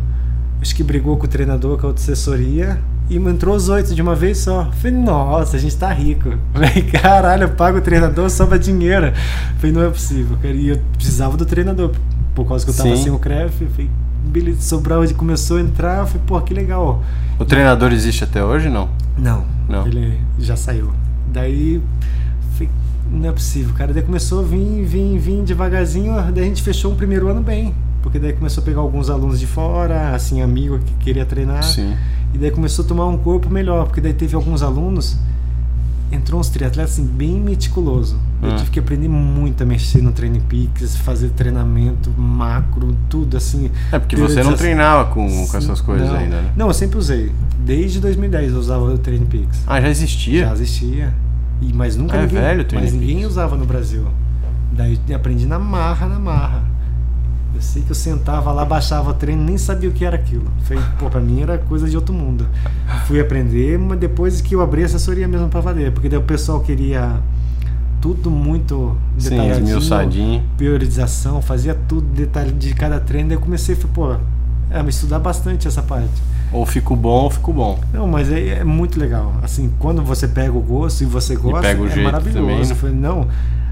acho que brigou com o treinador, com a outra assessoria, e entrou os oito de uma vez só. Falei, nossa, a gente tá rico. Falei, caralho, eu pago o treinador, sobra dinheiro. Falei, não é possível, cara. E eu precisava do treinador, por causa que eu tava
Sim.
sem o CREF. Falei, beleza, sobral ele começou a entrar, eu falei, pô, que legal.
O treinador existe até hoje, não?
Não,
Não.
ele já saiu. Daí, falei, não é possível, cara. Daí começou a vir, vir, vir devagarzinho. Daí a gente fechou o primeiro ano bem. Porque daí começou a pegar alguns alunos de fora, assim, amigo que queria treinar.
Sim.
E daí começou a tomar um corpo melhor. Porque daí teve alguns alunos, entrou uns triatletas, assim, bem meticuloso. Eu
Ah.
tive que aprender muito a mexer no Training Peaks, fazer treinamento, macro, tudo, assim.
É porque você não
Priorização.
treinava com, com essas coisas
Não.
ainda, né?
Não, eu sempre usei. Desde 2010 eu usava o Training Peaks.
Ah, já existia?
Já existia. E, mas nunca
Ah, é
ninguém,
velho o Twin
mas
Peaks.
ninguém usava no Brasil. Daí eu aprendi na marra, na marra. Eu sei que eu sentava lá, baixava o treino, nem sabia o que era aquilo. Falei, pô, pra mim era coisa de outro mundo. Fui aprender, mas depois que eu abri a assessoria mesmo pra valer, porque daí o pessoal queria tudo muito
Sim,
detalhadinho
esmiuçadinho.
priorização, fazia tudo, detalhe de cada treino, daí eu comecei, falei, pô, é, me estudar bastante essa parte.
Ou fico bom ou fico bom.
Não, mas é, é muito legal. Assim, quando você pega o gosto e você gosta,
pega o
é
jeito
maravilhoso.
também, né?
Eu falei, não,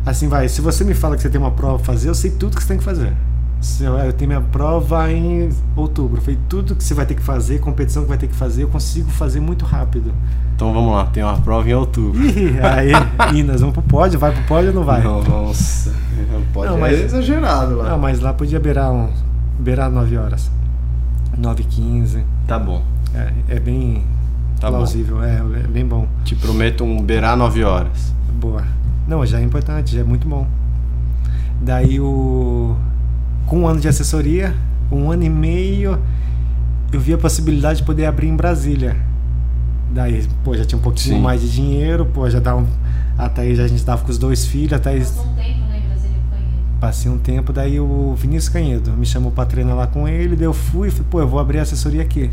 assim vai, se você me fala que você tem uma prova pra fazer, eu sei tudo que você tem que fazer. Se Eu eu tenho minha prova em outubro. Eu Falei, tudo que você vai ter que fazer, competição que vai ter que fazer, eu consigo fazer muito rápido.
Então vamos lá, tem uma prova em outubro.
Ih, aí, Inas, vamos pro pódio? Vai pro pódio ou não vai?
Não, nossa. Pode
Não, mas-
exagerado
Não, mas lá podia beirar um. Beirar 9 horas. 9 h 15.
Tá bom.
É, é bem
Tá bom.
plausível, é, é bem bom.
Te prometo um beirá 9 horas.
Boa. Não, já é importante, já é muito bom. Daí o. Com um ano de assessoria, um ano e meio, eu vi a possibilidade de poder abrir em Brasília. Daí, pô, já tinha um pouquinho
Sim.
mais de dinheiro, pô, já dava um. A Thaís, a gente tava com os dois filhos, a Thaís
Passou um tempo, né, em Brasília com ele.
Passei um tempo, daí o Vinícius Canhedo me chamou pra treinar lá com ele, daí eu fui e falei, pô, eu vou abrir a assessoria aqui.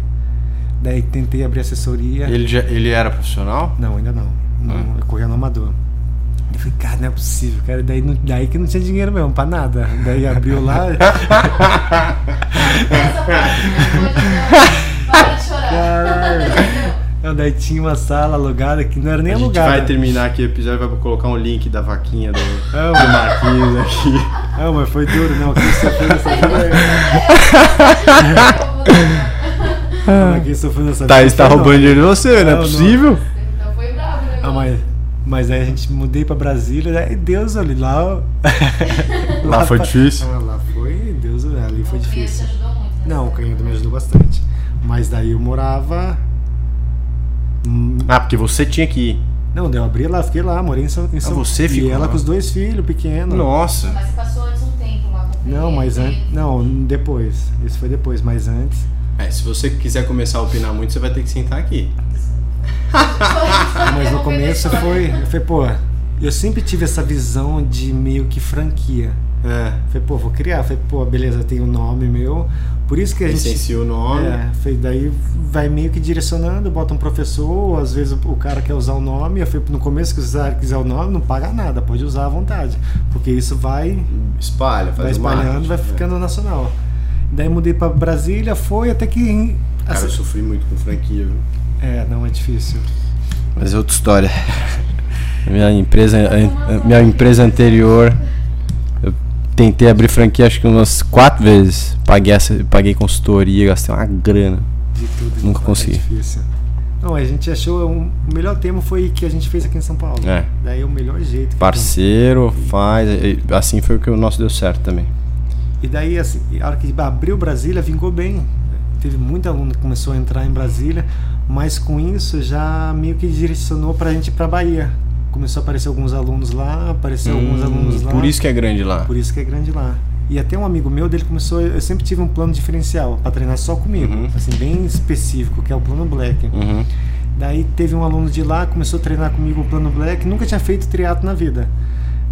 Daí tentei abrir a assessoria.
Ele, já, ele era profissional?
Não, ainda não. não
Ah.
Eu corria no amador. Eu falei, cara, não é possível, cara. Daí, não- daí que não tinha dinheiro mesmo, pra nada. Daí abriu lá.
Essa parte, né? Hoje eu já- Para de chorar.
Caralho. Não, daí tinha uma sala alugada que não era nem
a gente
alugada.
vai terminar aqui o episódio, vai colocar um link da vaquinha do, do
Não,
Marquinhos aqui.
não, É, mas foi duro, não. Quem sofreu nessa vida. não, Quem sofreu nessa vida.
Thaís tá
foi, não.
roubando dinheiro de você, não é
Não, não.
possível?
Então foi bravo, né?
Ah, mas, mas aí a gente mudei pra Brasília, né? E Deus ali, lá.
Lá foi
pra-
difícil.
Ah, lá foi, Deus ali foi
O Pinheiro te
difícil.
ajudou muito, né?
Não, o Canhedo me ajudou bastante. Mas daí eu morava. Hum,
Ah, porque você tinha que ir.
Não, daí eu abri lá, fiquei lá, morei em São, em São
Ah, você
e
ficou
ela
lá?
com os dois filhos pequenos.
Nossa.
Mas você passou antes um tempo lá com o
Não,
Pinheiro,
mas
né?
antes. Não, depois. Isso foi depois, mas antes.
É, se você quiser começar a opinar muito, você vai ter que sentar aqui.
Mas no
Interrompendo a
começo
história.
foi. Eu falei, pô, eu sempre tive essa visão de meio que franquia.
É.
Falei, pô, vou criar. Falei, pô, beleza, tem o nome meu. Por isso que a gente.
Licencia o nome. né?
É, falei, daí vai meio que direcionando, bota um professor, ou às vezes o cara quer usar o nome, eu falei, no começo que o cara quiser o nome, não paga nada, pode usar à vontade. Porque isso vai,
Espalha, faz
vai
o
espalhando,
marketing,
vai
né?
ficando nacional. Daí mudei pra Brasília, foi até que.
É. Cara,
assim.
eu sofri muito com franquia, viu?
É, não é difícil.
Mas é outra história. Minha empresa, a- a- minha empresa anterior, eu tentei abrir franquia acho que umas quatro vezes. Paguei, essa- paguei consultoria, gastei uma grana.
De tudo.
Nunca
não
consegui.
É difícil. Não, a gente achou. um- o melhor tema foi que a gente fez aqui em São Paulo.
É.
Daí o melhor jeito. que
Parceiro, faz. e- e Assim foi que o nosso deu certo também.
E daí, assim, a hora que abriu Brasília, vingou bem. teve muito aluno que começou a entrar em Brasília, mas com isso já meio que direcionou para a gente para Bahia. Começou a aparecer alguns alunos lá, apareceu alguns
Hum,
alunos lá.
Por isso que é grande lá.
Por isso que é grande lá. E até um amigo meu dele começou. Eu sempre tive um plano diferencial para treinar só comigo,
Uhum.
assim bem específico, que é o plano Black.
Uhum.
Daí teve um aluno de lá, começou a treinar comigo o plano Black, nunca tinha feito triatlo na vida.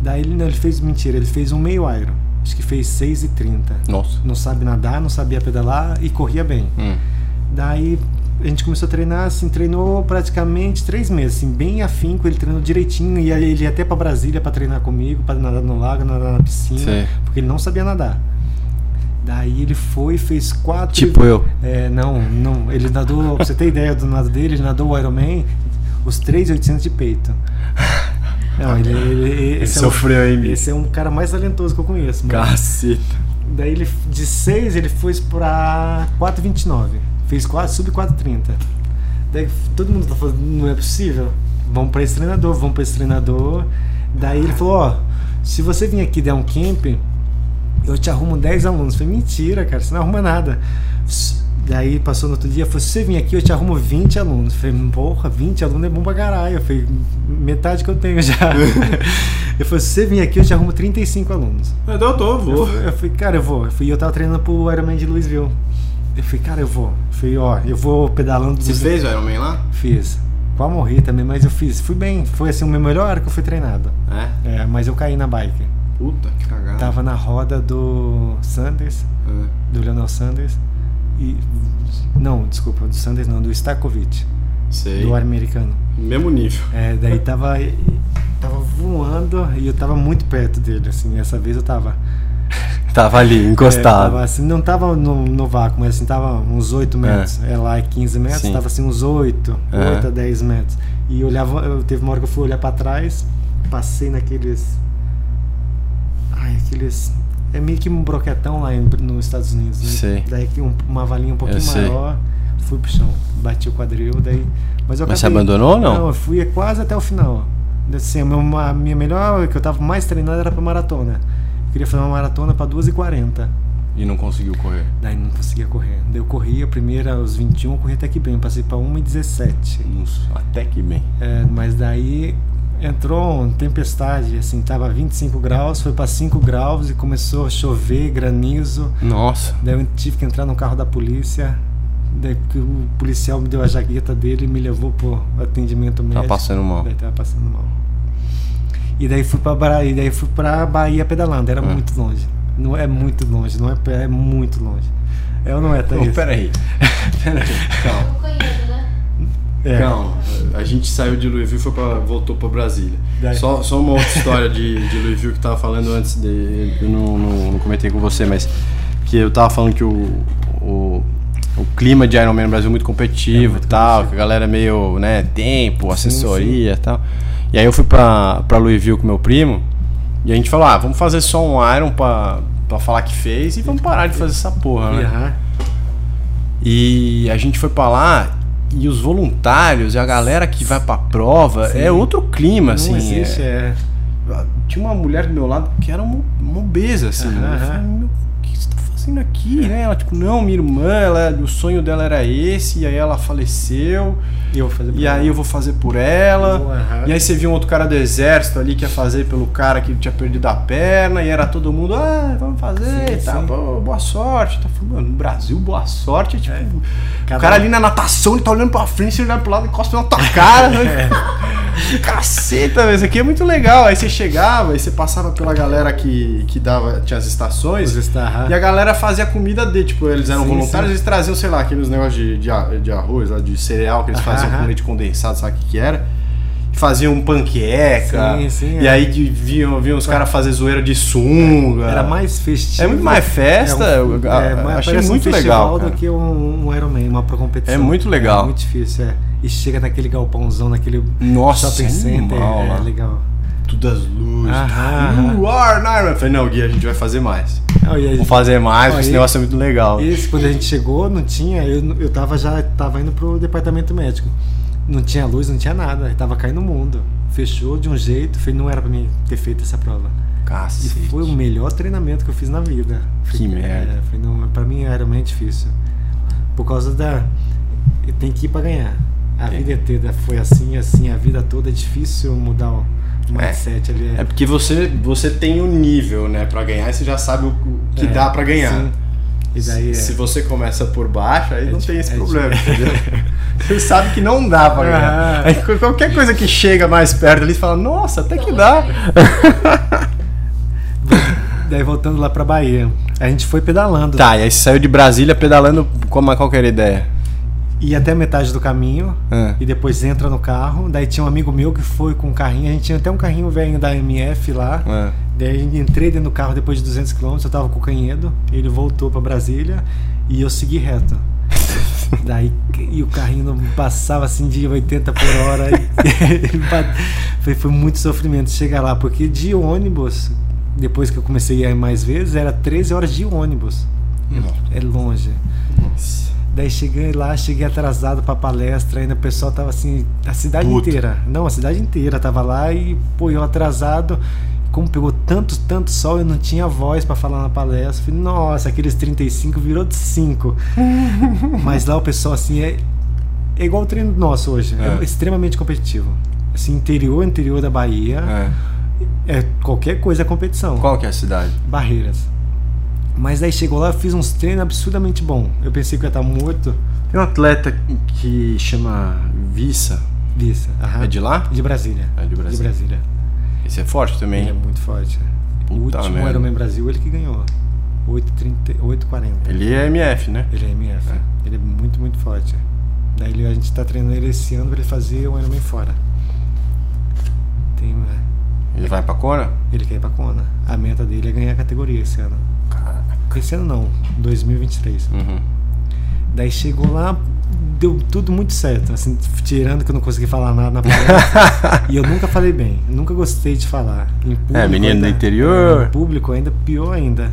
Daí ele, não, ele fez mentira, ele fez um meio iron, acho que fez 6 e 30.
Nossa.
Não sabe nadar, não sabia pedalar e corria bem.
Hum.
Daí a gente começou a treinar, assim, treinou praticamente três meses, assim, bem afinco, ele treinou direitinho, e aí ele ia até pra Brasília pra treinar comigo, pra nadar no lago, nadar na piscina,
Sei.
porque ele não sabia nadar. Daí ele foi, fez quatro.
Tipo eu.
É, não, não, ele nadou, pra você ter ideia do nado dele, ele nadou o Ironman, os 3,800 de peito. Não, ele, ele, esse é um-
sofreu, hein, bicho?
Esse é um cara mais talentoso que eu conheço. mano.
Caceta.
Daí ele de 6 ele foi pra 4,29. Fez quase sub 4,30. Daí todo mundo tá falando, não é possível. Vamos pra esse treinador, vamos pra esse treinador. Daí ele falou, ó, se você vir aqui e der um camp, eu te arrumo 10 alunos. Eu falei, mentira, cara, você não arruma nada. S- Daí passou no outro dia, falou, se você vir aqui, eu te arrumo 20 alunos. Eu falei, porra, 20 alunos é bom pra caralho. Eu falei, metade que eu tenho já. ele falou, se você vir aqui, eu te arrumo 35 alunos.
Eu tô,
Eu, fui- eu falei, cara, eu vou. Eu, fui, eu tava treinando pro Ironman de Louisville. Eu falei, cara, eu vou. Eu falei, ó, eu vou pedalando.
Você
dos-
fez o Ironman lá?
Fiz. Quase morri também, mas eu fiz. Fui bem. Foi assim, o meu melhor hora que eu fui treinado.
É.
É, mas eu caí na bike.
Puta que cagada.
Tava na roda do Sanders,
É.
do Leonel Sanders. E. Não, desculpa, do Sanders não, do Stakovic,
Sei.
do americano.
Mesmo nível.
É, daí tava. Tava voando e eu tava muito perto dele, assim. Essa vez eu tava.
Tava ali,
É, tava assim, não tava no, no vácuo, mas assim, tava uns 8 metros. É, lá é 15 metros,
Sim.
tava assim uns 8,
É.
8 a 10 metros. E eu olhava, eu, teve uma hora que eu fui olhar pra trás, passei naqueles. Ai, aqueles. É meio que um broquetão lá em- nos Estados Unidos, né?
Sei.
Daí que um- uma valinha um pouquinho
sei.
maior, fui pro chão, bati o quadril, daí. Mas, eu
Mas você
acabei-
abandonou ou não?
Não, eu fui quase até o final. Assim, a minha- a minha melhor, que eu tava mais treinado era pra maratona. Eu queria fazer uma maratona pra 2h40.
E não conseguiu correr.
Daí não conseguia correr. Daí eu corri a primeira aos 21, eu corri até que bem, passei pra 1h17.
Nossa, até que bem.
É, mas daí entrou uma tempestade, assim, tava 25 graus, foi pra 5 graus e começou a chover, granizo.
Nossa.
Daí eu tive que entrar no carro da polícia. Daí que o policial me deu a jaqueta dele e me levou pro atendimento médico.
passando mal.
Daí tava passando mal. E daí fui pra, Bra... e daí fui pra Bahia pedalando,
Ah.
era muito longe. Não é muito longe, não é, pe- é muito longe. É ou não é, Thaís?
Ô, peraí. peraí. Calma.
Tô canhando, né?
É.
Calma. A gente saiu de Louisville e foi pra, voltou pra Brasília.
Daí.
Só, só uma outra história de, de Louisville que eu tava falando antes de. Eu não, não, não comentei com você, mas. Que eu tava falando que o. o o clima de Ironman no Brasil é muito competitivo e tal, que a galera é meio, né, tempo, assessoria e tal. E aí eu fui pra, pra Louisville com meu primo e a gente falou, ah, vamos fazer só um Iron pra, pra falar que fez e vamos parar de fazer essa porra, né?
E, aham.
E a gente foi pra lá e os voluntários e a galera que vai pra prova
Sim.
é outro clima,
Não
assim.
existe,
é-
é.
Tinha uma mulher do meu lado que era uma, uma obesa, assim.
Aham,
Eu falei,
aham.
meu, o que você tá fazendo aqui, né? Ela, tipo, não, minha irmã, ela, o sonho dela era esse, e aí ela faleceu,
E eu vou fazer
e aí eu vou fazer por ela.
Aham.
E aí você viu um outro cara do exército ali que ia fazer pelo cara que tinha perdido a perna, e era todo mundo, ah, vamos fazer,
Sim,
tá,
sim.
pô, boa sorte. Tá falando, mano, no Brasil, boa sorte, é tipo.
Cada- um
O cara ali na natação, ele tá olhando pra frente, você olhando pro lado e encosta na tua cara. né?
É.
Caceta, velho, isso aqui é muito legal. Aí você chegava, aí você passava pela galera que, que dava, tinha as estações.
Os esta- aham.
E a galera fazia a comida dele, tipo, eles eram
Ah. Sim,
voluntários,
sim.
eles traziam, sei lá, aqueles negócios de, de, a- de arroz, lá, de cereal que eles faziam
Aham.
com leite condensado, sabe o que, que era? E Faziam um panqueca.
Sim, sim,
e
é. Tá.
aí de- vinham, vinham os caras fazer zoeira de sunga.
Era mais festivo.
É muito mais festa, eu-
é,
eu
mais-
achei
parece
muito
um
legal,
festival
cara.
do que um, um Ironman, uma pro competição.
É muito legal.
É muito difícil, é. E chega naquele galpãozão, naquele
Nossa,
shopping
é
center.
animal
é,
lá.
legal.
Tudo as luzes.
Aham.
You are Iron Man. Eu Falei, não, Gui, a gente vai fazer mais.
Ah, e aí-
Vamos fazer mais, porque esse
Aí-
negócio é muito legal.
Esse, quando a gente chegou, não tinha. Eu, eu tava já tava indo pro departamento médico. Não tinha luz, não tinha nada. Tava caindo o mundo. Fechou de um jeito. Falei, não era pra mim ter feito essa prova. E
Cacete.
foi um- o melhor treinamento que eu fiz na vida.
Que merda.
É, foi, não, pra mim era muito difícil. Por causa da. Eu tenho que ir pra ganhar. A
Sim.
vida inteira foi assim, assim, a vida toda é difícil mudar o mindset ali.
É porque você, você tem o nível, né, Pra ganhar e você já sabe o que
É,
dá pra ganhar.
sim. E daí é.
Se você começa por baixo, aí
É
não
di-
tem esse
é
problema, entendeu? Você sabe que não dá pra ganhar.
Ah.
Aí qu- qualquer coisa que chega mais perto ali, você fala, nossa, até que
Então,
dá.
é, Daí voltando lá pra Bahia. A gente foi pedalando.
Tá, e aí você saiu de Brasília pedalando com uma qualquer ideia.
E até a metade do caminho.
Ah.
E depois entra no carro. Daí tinha um amigo meu que foi com um carrinho. A gente tinha até um carrinho velho da MF lá.
Ah.
Daí eu entrei dentro do carro depois de 200 km, eu tava com o Canhedo, ele voltou pra Brasília e eu segui reto. Daí e o carrinho não passava assim de 80 por hora. e- ele bate- foi, foi muito sofrimento chegar lá, porque de ônibus, depois que eu comecei a ir mais vezes, era 13 horas de ônibus. É longe.
Nossa.
Daí cheguei lá, cheguei atrasado pra palestra, ainda o pessoal tava assim, a cidade
Puto.
inteira. Não, a cidade inteira tava lá e, pô, eu atrasado. Como pegou tanto, tanto sol, eu não tinha voz pra falar na palestra. Falei, nossa, aqueles 35 virou de 5. Mas lá o pessoal, assim, é, é igual o treino nosso hoje. É.
É.
extremamente competitivo. Assim, interior, interior da Bahia,
É.
é, qualquer coisa é competição
Qual que é a cidade?
barreiras. Mas daí chegou lá, eu fiz uns treinos absurdamente bom. Eu pensei que eu ia estar morto.
Tem um atleta que chama Vissa.
Isso. aham.
É de lá?
De Brasília.
É de Brasília.
De Brasília.
Esse é forte também.
Ele é muito forte.
Puta
o último
merda.
era Ironman Brasil, ele que ganhou. 8,30, 8,40.
Ele é MF, né?
Ele é MF. Ele é muito, muito forte. Daí ele- a gente tá treinando ele esse ano pra ele fazer um Ironman fora. Tem, né?
Ele vai pra Cora?
ele quer ir pra Kona. A meta dele é ganhar a categoria esse ano. Esse ano não, 2023.
Uhum.
Daí chegou lá, deu tudo muito certo, assim, tirando que eu não consegui falar nada na palestra. e eu nunca falei bem, nunca gostei de falar. Em público
É, menino do
ainda- é,
interior.
Em público ainda, pior ainda.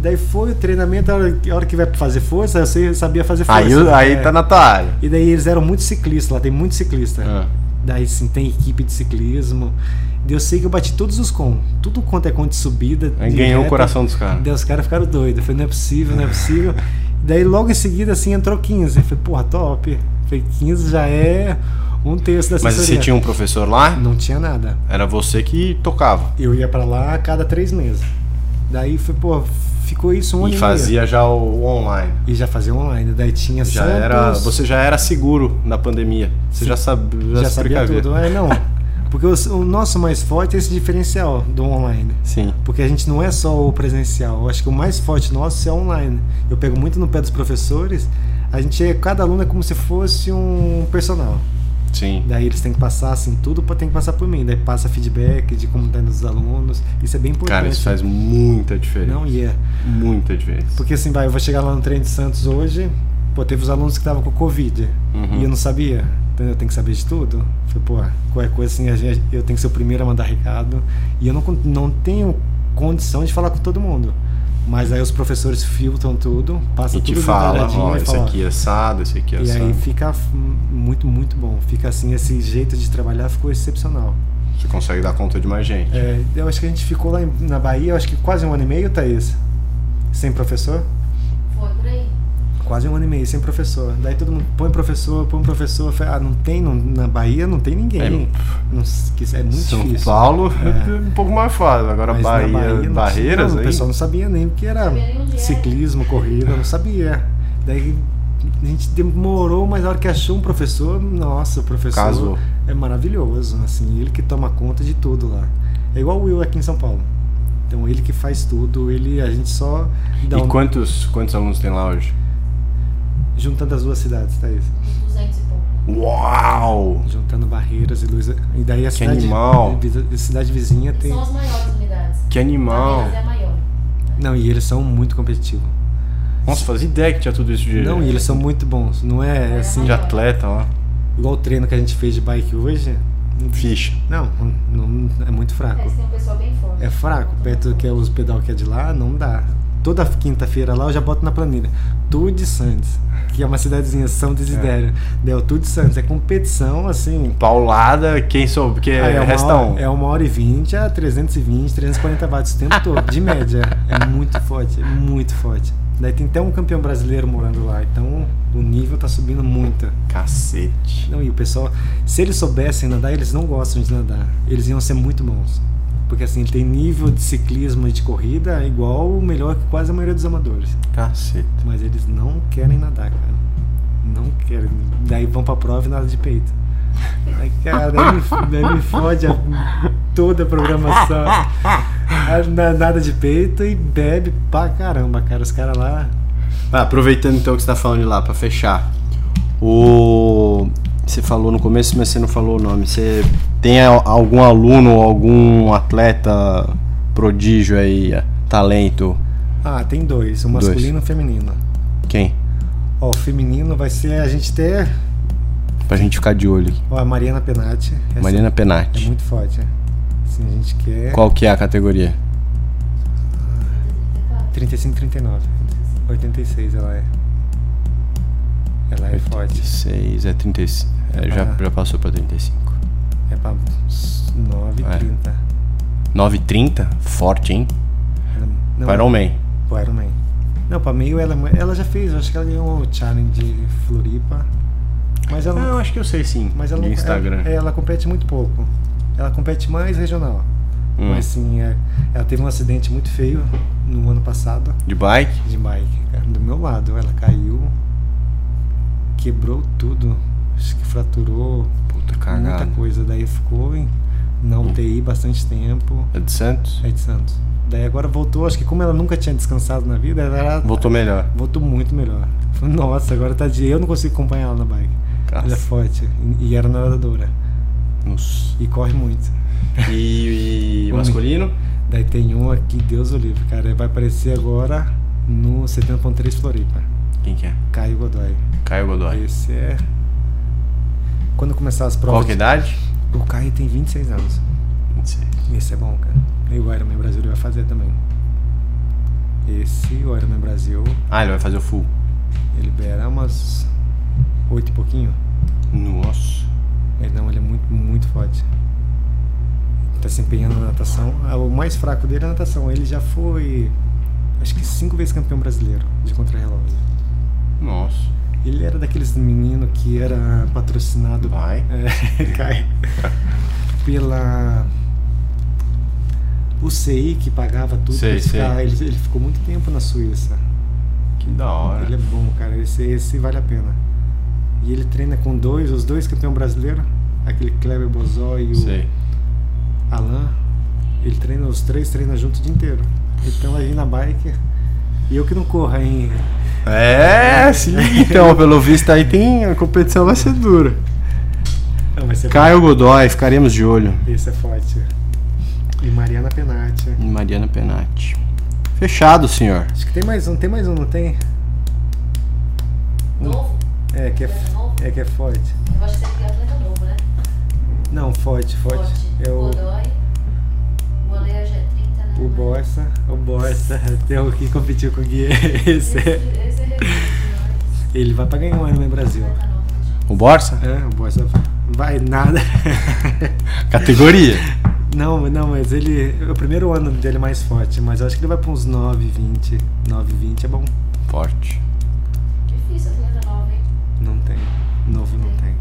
Daí foi o treinamento, a hora, a hora que vai fazer força, eu sei- eu sabia fazer força.
Aí, o- aí
né?
tá na Ah. tua área.
E daí eles eram muito ciclistas, lá tem muito ciclista.
É.
Daí sim, tem equipe de ciclismo. Daí Eu sei que eu bati todos os com, tudo quanto é conto de subida.
Aí
de
ganhou o
reta.
coração dos caras.
Daí os caras ficaram doidos. Eu falei, não é possível, não é possível. Daí logo em seguida, assim, entrou 15. Eu falei, porra, top. Eu falei, 15 já é um terço da
Mas
assessoria.
você tinha um professor lá?
Não tinha nada.
Era você que tocava.
Eu ia pra lá a cada três meses. Daí foi, pô, ficou isso um ano
e
meio.
fazia já o, o online.
E já fazia online. Daí tinha
Já
Santos,
era, você já era seguro na pandemia. Você já, sab, já,
já
se
sabia
precavia.
tudo. É, não. Porque os- o nosso mais forte é esse diferencial do online.
Sim.
Porque a gente não é só o presencial. Eu acho que o mais forte nosso é online. Eu pego muito no pé dos professores. A gente é, cada aluno é como se fosse um personal.
Sim.
Daí eles têm que passar assim tudo, pô, tem que passar por mim. Daí passa feedback de como tá indo os alunos. Isso é bem importante.
Cara, isso faz muita diferença.
Não e é.
Muita diferença.
Porque assim, vai, eu vou chegar lá no treino de Santos hoje. Pô, teve os alunos que estavam com Covid.
Uhum.
E eu não sabia. Entendeu? Eu tenho que saber de tudo. Falei, pô, qualquer coisa assim, a gente- eu tenho que ser o primeiro a mandar recado. E eu não, con- não tenho condição de falar com todo mundo. Mas aí os professores filtram tudo, passam
E te
tudo
fala,
detalhadinho
ó,
e
esse
fala, ó,
aqui é assado, esse aqui é
E
assado.
aí fica f- muito, muito bom. Fica assim, esse jeito de trabalhar ficou excepcional.
Você consegue dar conta de mais gente.
É, eu acho que a gente ficou lá em- na Bahia, eu acho que quase um ano e meio, Thaís? Sem professor?
Foi por aí.
Quase um ano e meio sem professor. Daí todo mundo põe professor, põe professor. Eu falei, Ah, não tem, não- na Bahia não tem ninguém.
É,
não, se quiser, é muito
São
difícil.
Paulo é.
É.
um pouco mais fácil. Agora
Mas na
Bahia,
não tinha-
Barreiras
não, O
aí.
pessoal não sabia nem o que era
Sabia nem onde era.
ciclismo, corrida, não sabia. Daí a gente demorou, mas na hora que achou um professor, nossa, o professor
Casou.
é maravilhoso. Assim, ele que toma conta de tudo lá. É igual o Will aqui em São Paulo. Então ele que faz tudo, ele a gente só dá
E
um-
quantos, quantos alunos tem lá hoje?
juntando as duas cidades, tá Thaís.
Uns 200 e pouco.
Uau!
Juntando barreiras e luz. E daí a
Que
cidade,
animal.
vi- cidade vizinha tem.
São as maiores unidades.
Que animal!
Barreiras é a maior.
Não, e eles são muito competitivos.
Nossa, fazia ideia que tinha tudo isso de,
Não, e eles são muito bons. Não é assim.
de atleta lá.
Igual o treino que a gente fez de bike hoje.
Ficha.
Não, não é muito
É,
fraco.
você tem um pessoal bem forte.
É fraco, perto do que é os pedal que é de lá, não dá. Toda quinta-feira lá eu já boto na planilha. Tudo de Santos, que é uma cidadezinha, São
É.
Desidério. Daí o Tudo de Santos, é competição assim.
Paulada, quem soube, porque
Ah, é,
resta
uma
um.
hora, é uma hora e vinte a 320, 340 watts o tempo todo, de média. É muito forte, é muito forte. Daí tem até um campeão brasileiro morando lá, então o nível tá subindo muito.
Cacete.
Não, e o pessoal, se eles soubessem nadar, eles não gostam de nadar. Eles iam ser muito bons. Porque assim, ele tem nível de ciclismo e de corrida igual o melhor que quase a maioria dos amadores.
Cacete.
Mas eles não querem nadar, cara. Não querem. Daí vão pra prova e nada de peito. Ai, cara, daí me, daí me fode a- toda a programação. Ah, na- Nada de peito e bebe pra caramba, cara. Os caras lá.
Ah, aproveitando então que você tá falando de lá, pra fechar. O. Você falou no começo, mas você não falou o nome. Você tem a- algum aluno, algum atleta prodígio aí, eh, talento?
Ah, tem dois: o
Dois.
masculino e o feminino.
Quem?
Ó, o feminino vai ser a gente ter
Pra gente ficar de olho aqui.
ó, a Mariana Penati. Essa
Mariana
É
Penati.
muito forte. é. Assim, a gente quer.
Qual que é a categoria?
35, 39. 86 ela é. Ela é forte.
36, é 35. É, já,
Ah.
já passou pra 35.
É pra 9
É.
30.
9,30? Forte, hein?
Ela- não,
Para o Man.
pro Iron Man. Não, pra meio ela, ela já fez, eu acho que ela ganhou o challenge de Floripa. Mas ela, não-
acho que eu sei sim.
mas ela
Então, de
não- é,
Instagram.
Ela, ela compete muito pouco. Ela compete mais regional.
Hum.
Mas sim, é- ela teve um acidente muito feio no ano passado
De bike?
de bike, cara, do meu lado. Ela caiu, quebrou tudo, acho que fraturou
Puta
muita
cagada.
coisa. Daí ficou em, na UTI bastante tempo.
É de Santos?
É de Santos. Daí agora voltou, acho que como ela nunca tinha descansado na vida, ela era-
Voltou melhor.
voltou muito melhor. Falei, Nossa, agora tá de. Eu não consigo acompanhar ela na bike. Ela é
Nossa.
forte. E, e era nadadora.
Nossa.
E corre muito.
E, e
Homem.
masculino?
Daí tem um aqui, Deus o livre, cara. Vai aparecer agora no 70.3 Floripa.
Quem que é?
Caio Godoy.
Caio Godoy.
Esse é. Quando começar as
Qual
provas.
que é a idade?
O Caio tem 26 anos.
Não sei.
Esse é bom, cara. E o Ironman Brasil ele vai fazer também. Esse, o Ironman Brasil,
Ah, ele vai fazer o full.
ele libera umas 8 e pouquinho.
Nossa.
Ele não, ele é muito, muito forte. Tá se empenhando na natação. Ah, O mais fraco dele é a natação. Ele já foi, acho que cinco vezes campeão brasileiro de contrarrelógio.
Nossa.
Ele era daqueles menino que era patrocinado
Vai.
É, cai. pela UCI que pagava tudo.
Sei,
pra esse
sei.
cara. Ele, ele ficou muito tempo na Suíça.
Que da hora.
Ele é bom, cara. Esse, esse vale a pena. E ele treina com dois, os dois campeão brasileiro, aquele Kleber Bozó e o
Sei.
Alan. Ele treina, os três treinam junto o dia inteiro. Então vai vir na bike. E eu que não corro em.
É, sim. Então, pelo visto aí tem. A competição vai ser dura.
Não, vai ser
Caio Godoy, ficaremos de olho.
Esse é forte. E Mariana Penati.
E Mariana Penati. Fechado, senhor.
Acho que tem mais um, tem mais um, não tem?
Novo?
É, que é, f- é que é forte.
Eu acho que você é atleta novo, né?
Não, forte, forte. É o,
Godoy. O Goleiro já é 30, né?
o Borsa, o Borsa, tem o que competiu com o Gui. Esse,
Esse,
é-
esse é recente,
ele vai pra ganhar um ano no Brasil.
mas atleta novo.
O Borsa?
É, o Borsa vai nada.
Categoria.
Não, mas- não, mas ele. O primeiro ano dele é mais forte, mas eu acho que ele vai pra uns 9, 20. 9, 20 é bom.
Forte.
Difícil atleta nova, hein?
Não tem. Novo não tem.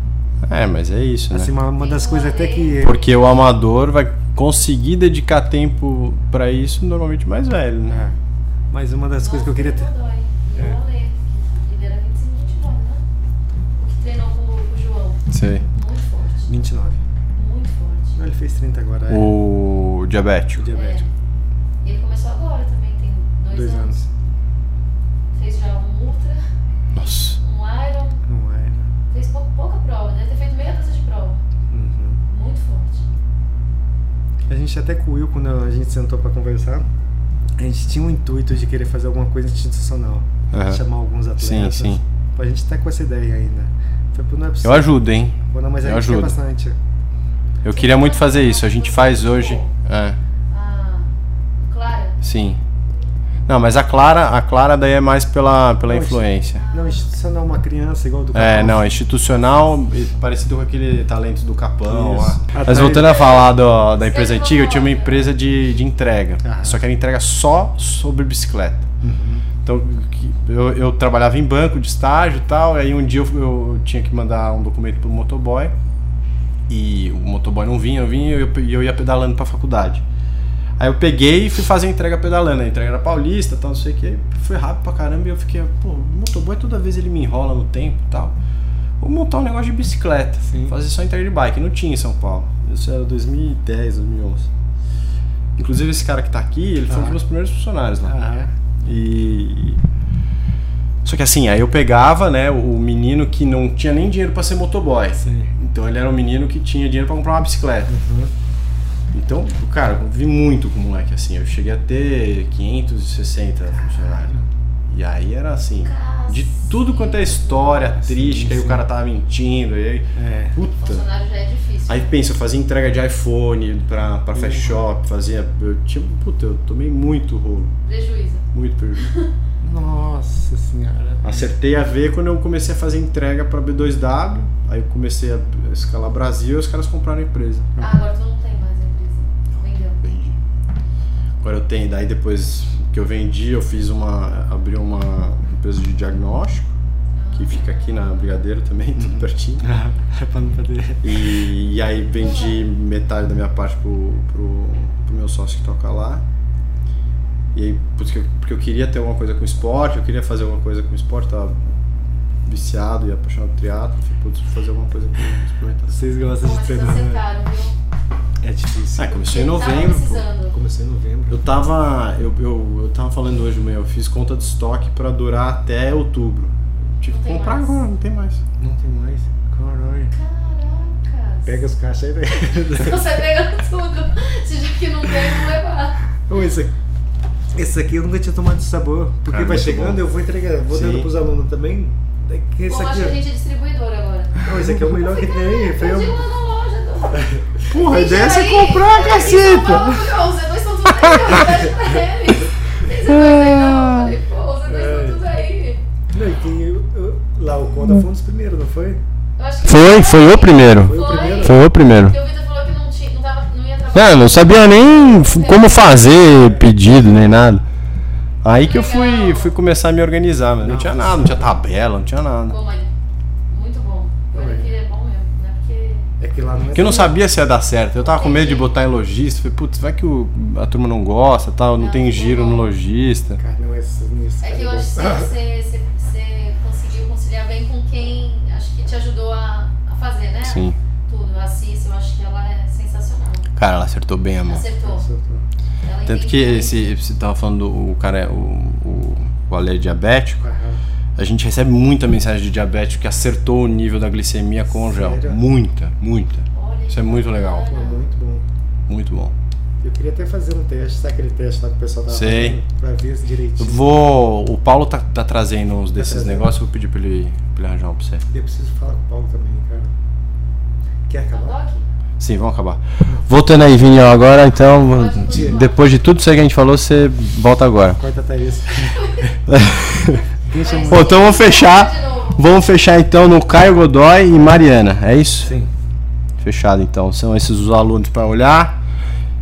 É, mas é isso, né?
Assim, uma, uma das coisas até que.
Porque o amador vai conseguir dedicar tempo pra isso normalmente mais velho, né?
É, mas uma das coisas que eu queria ter.
Godoy. E
É.
o Goleiro, que ele era 25, 29, né? O que treinou com o com o João.
É.
Sei.
Muito forte.
29.
Muito forte.
Não, ele fez 30 agora. é.
O
O
diabético.
diabético.
É. Ele começou agora também, tem dois,
Dois anos.
Fez já um Ultra,
Nossa.
um Iron.
Não é.
Fez pou- pouca prova, deve ter feito meia dúzia de prova.
Uhum.
Muito forte.
A gente até com o Will, quando a gente sentou pra conversar, a gente tinha um intuito de querer fazer alguma coisa institucional.
Aham.
Chamar alguns atletas.
Sim, sim.
A gente tá com essa ideia ainda. Foi pro não é
Eu
possível.
ajudo, hein?
Pô, não, mas a
eu
gente quer
ajudo.
bastante.
Eu queria muito fazer isso. A gente faz hoje. É,
Ah, Clara,
sim. Não, mas a Clara, a Clara daí é mais pela, pela
Não,
influência.
Não, institucional uma criança igual do
É,
Capão.
não, é institucional, e parecido com aquele talento do Capão.
Isso.
lá. Mas
Atrás-
voltando a falar do- da empresa antiga, eu tinha uma empresa de, de entrega.
Aham.
Só que era entrega só sobre bicicleta.
Uhum.
Então, que- eu, eu trabalhava em banco de estágio e tal, aí um dia eu, eu tinha que mandar um documento pro motoboy, e o motoboy não vinha, não vinha, e eu, e eu ia pedalando pra faculdade. Aí eu peguei e fui fazer a entrega pedalando, a entrega era paulista, tal, não sei o que, foi rápido pra caramba, e eu fiquei, pô, o motoboy toda vez ele me enrola no tempo e tal. Vou montar um negócio de bicicleta,
Sim.
fazer só entrega de bike, não tinha em São Paulo. Isso era 2010, 2011. Inclusive esse cara que tá aqui, ele foi um
Ah.
dos meus primeiros funcionários lá.
Ah,
E. Só que assim, aí eu pegava, né, o menino que não tinha nem dinheiro pra ser motoboy.
sim.
Então ele era um menino que tinha dinheiro pra comprar uma bicicleta.
Uhum.
Então, cara, eu vi muito com o moleque assim. Eu cheguei a ter 560 funcionários. E aí era assim, de tudo quanto é história triste, que aí o
sim.
cara tava mentindo, e aí.
É.
Puta.
Funcionário já é difícil.
Aí pensa, eu fazia entrega de iPhone pra,
Uhum.
pra fast shop, fazia. Eu tinha. Puta, eu tomei muito rolo,
Prejuízo.
muito prejuízo.
Nossa senhora.
Acertei a ver quando eu comecei a fazer entrega pra B2W, aí eu comecei a escalar Brasil e os caras compraram a empresa.
Ah, agora tu não tem mais a empresa. Vendeu.
Vendi. Agora eu tenho, daí depois que eu vendi, eu fiz uma. abri uma empresa de diagnóstico,
Ah,
que fica aqui na Brigadeiro também, tudo pertinho.
É pra não perder.
E, e aí vendi metade da minha parte pro, pro, pro meu sócio que toca lá. E aí, porque eu, porque eu queria ter alguma coisa com esporte, eu queria fazer alguma coisa com esporte, tava viciado e apaixonado por triatlo, falei, putz, vou fazer alguma coisa com experimentação.
Vocês gostam
Como é
de
vocês
treinar, né?
acertaram, viu?
É difícil.
Ah, começou em
Ele tava
novembro, pô.
precisando.
Começou em novembro.
Eu tava, eu, eu, eu tava falando hoje, meu, eu fiz conta de estoque pra durar até outubro. Tive
Não
que
tem
comprar
mais.
agora, não tem mais.
Não tem mais. Caralho.
Caracas.
Pega os caixas aí, velho.
Você pega tudo. Se diz que não pega, não levar.
Ô, esse, esse aqui eu nunca tinha tomado de sabor. Porque
Cara,
vai
muito
chegando,
bom.
eu vou entregando, vou
Sim.
dando pros alunos também. Daí que Esse
Bom, acho
aqui,
que a
ó.
gente é distribuidor agora.
Ô, esse aqui é o melhor que tem. Foi
Eu digo
um...
lá na loja do.
Porra, a
Deixa
ideia é você
aí.
comprar,
Eles são
caceta!
maravilhosos, Os dois estão tudo aí, eu pra eles. Eles não vai não. Eu Falei, pô, os dois estão tudo aí.
Não, e quem, eu, eu, lá o Conda foi um dos primeiros, não foi?
Eu acho que-
Foi o primeiro?
Foi o primeiro.
Porque o Vitor falou que não, tinha, não, tava, não ia
É,
trabalhar.
eu não sabia nem f- como fazer pedido, nem nada. Aí que eu fui, fui começar a me organizar, mas não tinha nada, não tinha tabela, não tinha nada.
Bom, mas muito bom. Eu
Oi.
acho que ele é bom mesmo, né? Porque
É que lá não é.
Porque eu não
tão-
sabia se ia dar certo. Eu tava com medo de botar em lojista. Falei, putz, vai que o- a turma não gosta, tal, não
Não,
tem giro no lojista.
Cara, não é isso.
é que eu acho que
Tá
você, você, você conseguiu conciliar bem com quem acho que te ajudou a, a fazer, né?
Sim.
Tudo. A Cis, eu acho que ela é sensacional.
Cara, ela acertou bem a mão.
Acertou. Ela
Tanto
entendeu.
que esse, você tava falando, o cara, é- o, o, o Ale é diabético. A gente recebe muita mensagem de diabético que acertou o nível da glicemia com o gel.
Sério?
Muita, muita.
Olha
Isso é muito legal.
Pô, muito bom.
Muito bom.
Eu queria até fazer um teste, sabe aquele teste lá que o pessoal tava
Sei.
fazendo? Pra ver se
Eu
direitinho.
vou. O Paulo tá, tá trazendo uns desses
trazendo.
negócios, eu vou pedir pra ele, pra ele arranjar um pra você.
Eu preciso falar com o Paulo também, cara. Quer
Tá bom
acabar?
aqui?
Sim, vamos acabar. Voltando aí, Vini, agora então.
Pode.
Depois de tudo isso aí que a gente falou, você volta agora.
Corta até isso. Deixa
Mas-
eu
Bom, então vamos
De
fechar.
novo.
Vamos fechar então no Caio Godoy e Mariana, é isso?
Sim.
Fechado então. São esses os alunos pra olhar.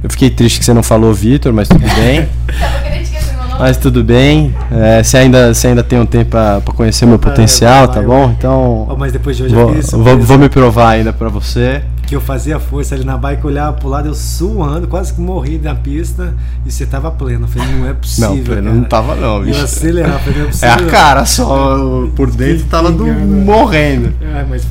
Eu fiquei triste que você não falou Vitor, mas tudo bem.
Tava querendo esquecer meu nome.
Mas tudo bem. É, você, ainda, você ainda tem um tempo pra pra conhecer
Ah,
meu potencial, tá bom? Então.
Ó, mas depois de hoje
Vou,
eu fiz, né?
vou- vou me provar ainda pra você.
que eu fazia força ali na bike, eu olhava pro lado, eu suando, quase que morri na pista, e você tava pleno. Eu falei, não é possível.
Não, pera,
cara.
não tava não,
Eu
bicho.
acelerava, eu falei, não é
É
possível.
a cara só, eu- por dentro tava do,
Obrigado.
morrendo.
Ah, mas,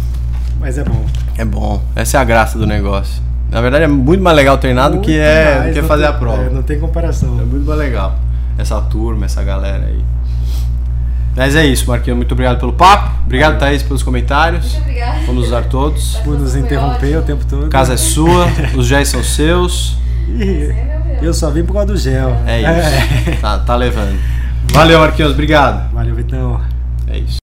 mas é bom.
É bom, essa é a graça do negócio. Na verdade é muito mais legal treinar do que,
Muito
é, do
mais,
que
não
fazer a
tem-
prova.
é, não tem comparação.
É muito mais legal essa turma, essa galera aí. Mas é isso, Marquinhos, muito obrigado pelo papo. Obrigado, Thaís, pelos comentários.
Muito obrigada.
Vamos usar todos.
Por nos
Foi
interromper
ótimo.
o tempo todo.
A casa é sua, os géis são seus.
Ih,
É, meu Deus.
eu só vim por causa do gel.
É
É.
isso. Tá, tá levando. Valeu, Marquinhos, obrigado.
Valeu, Vitão.
É isso.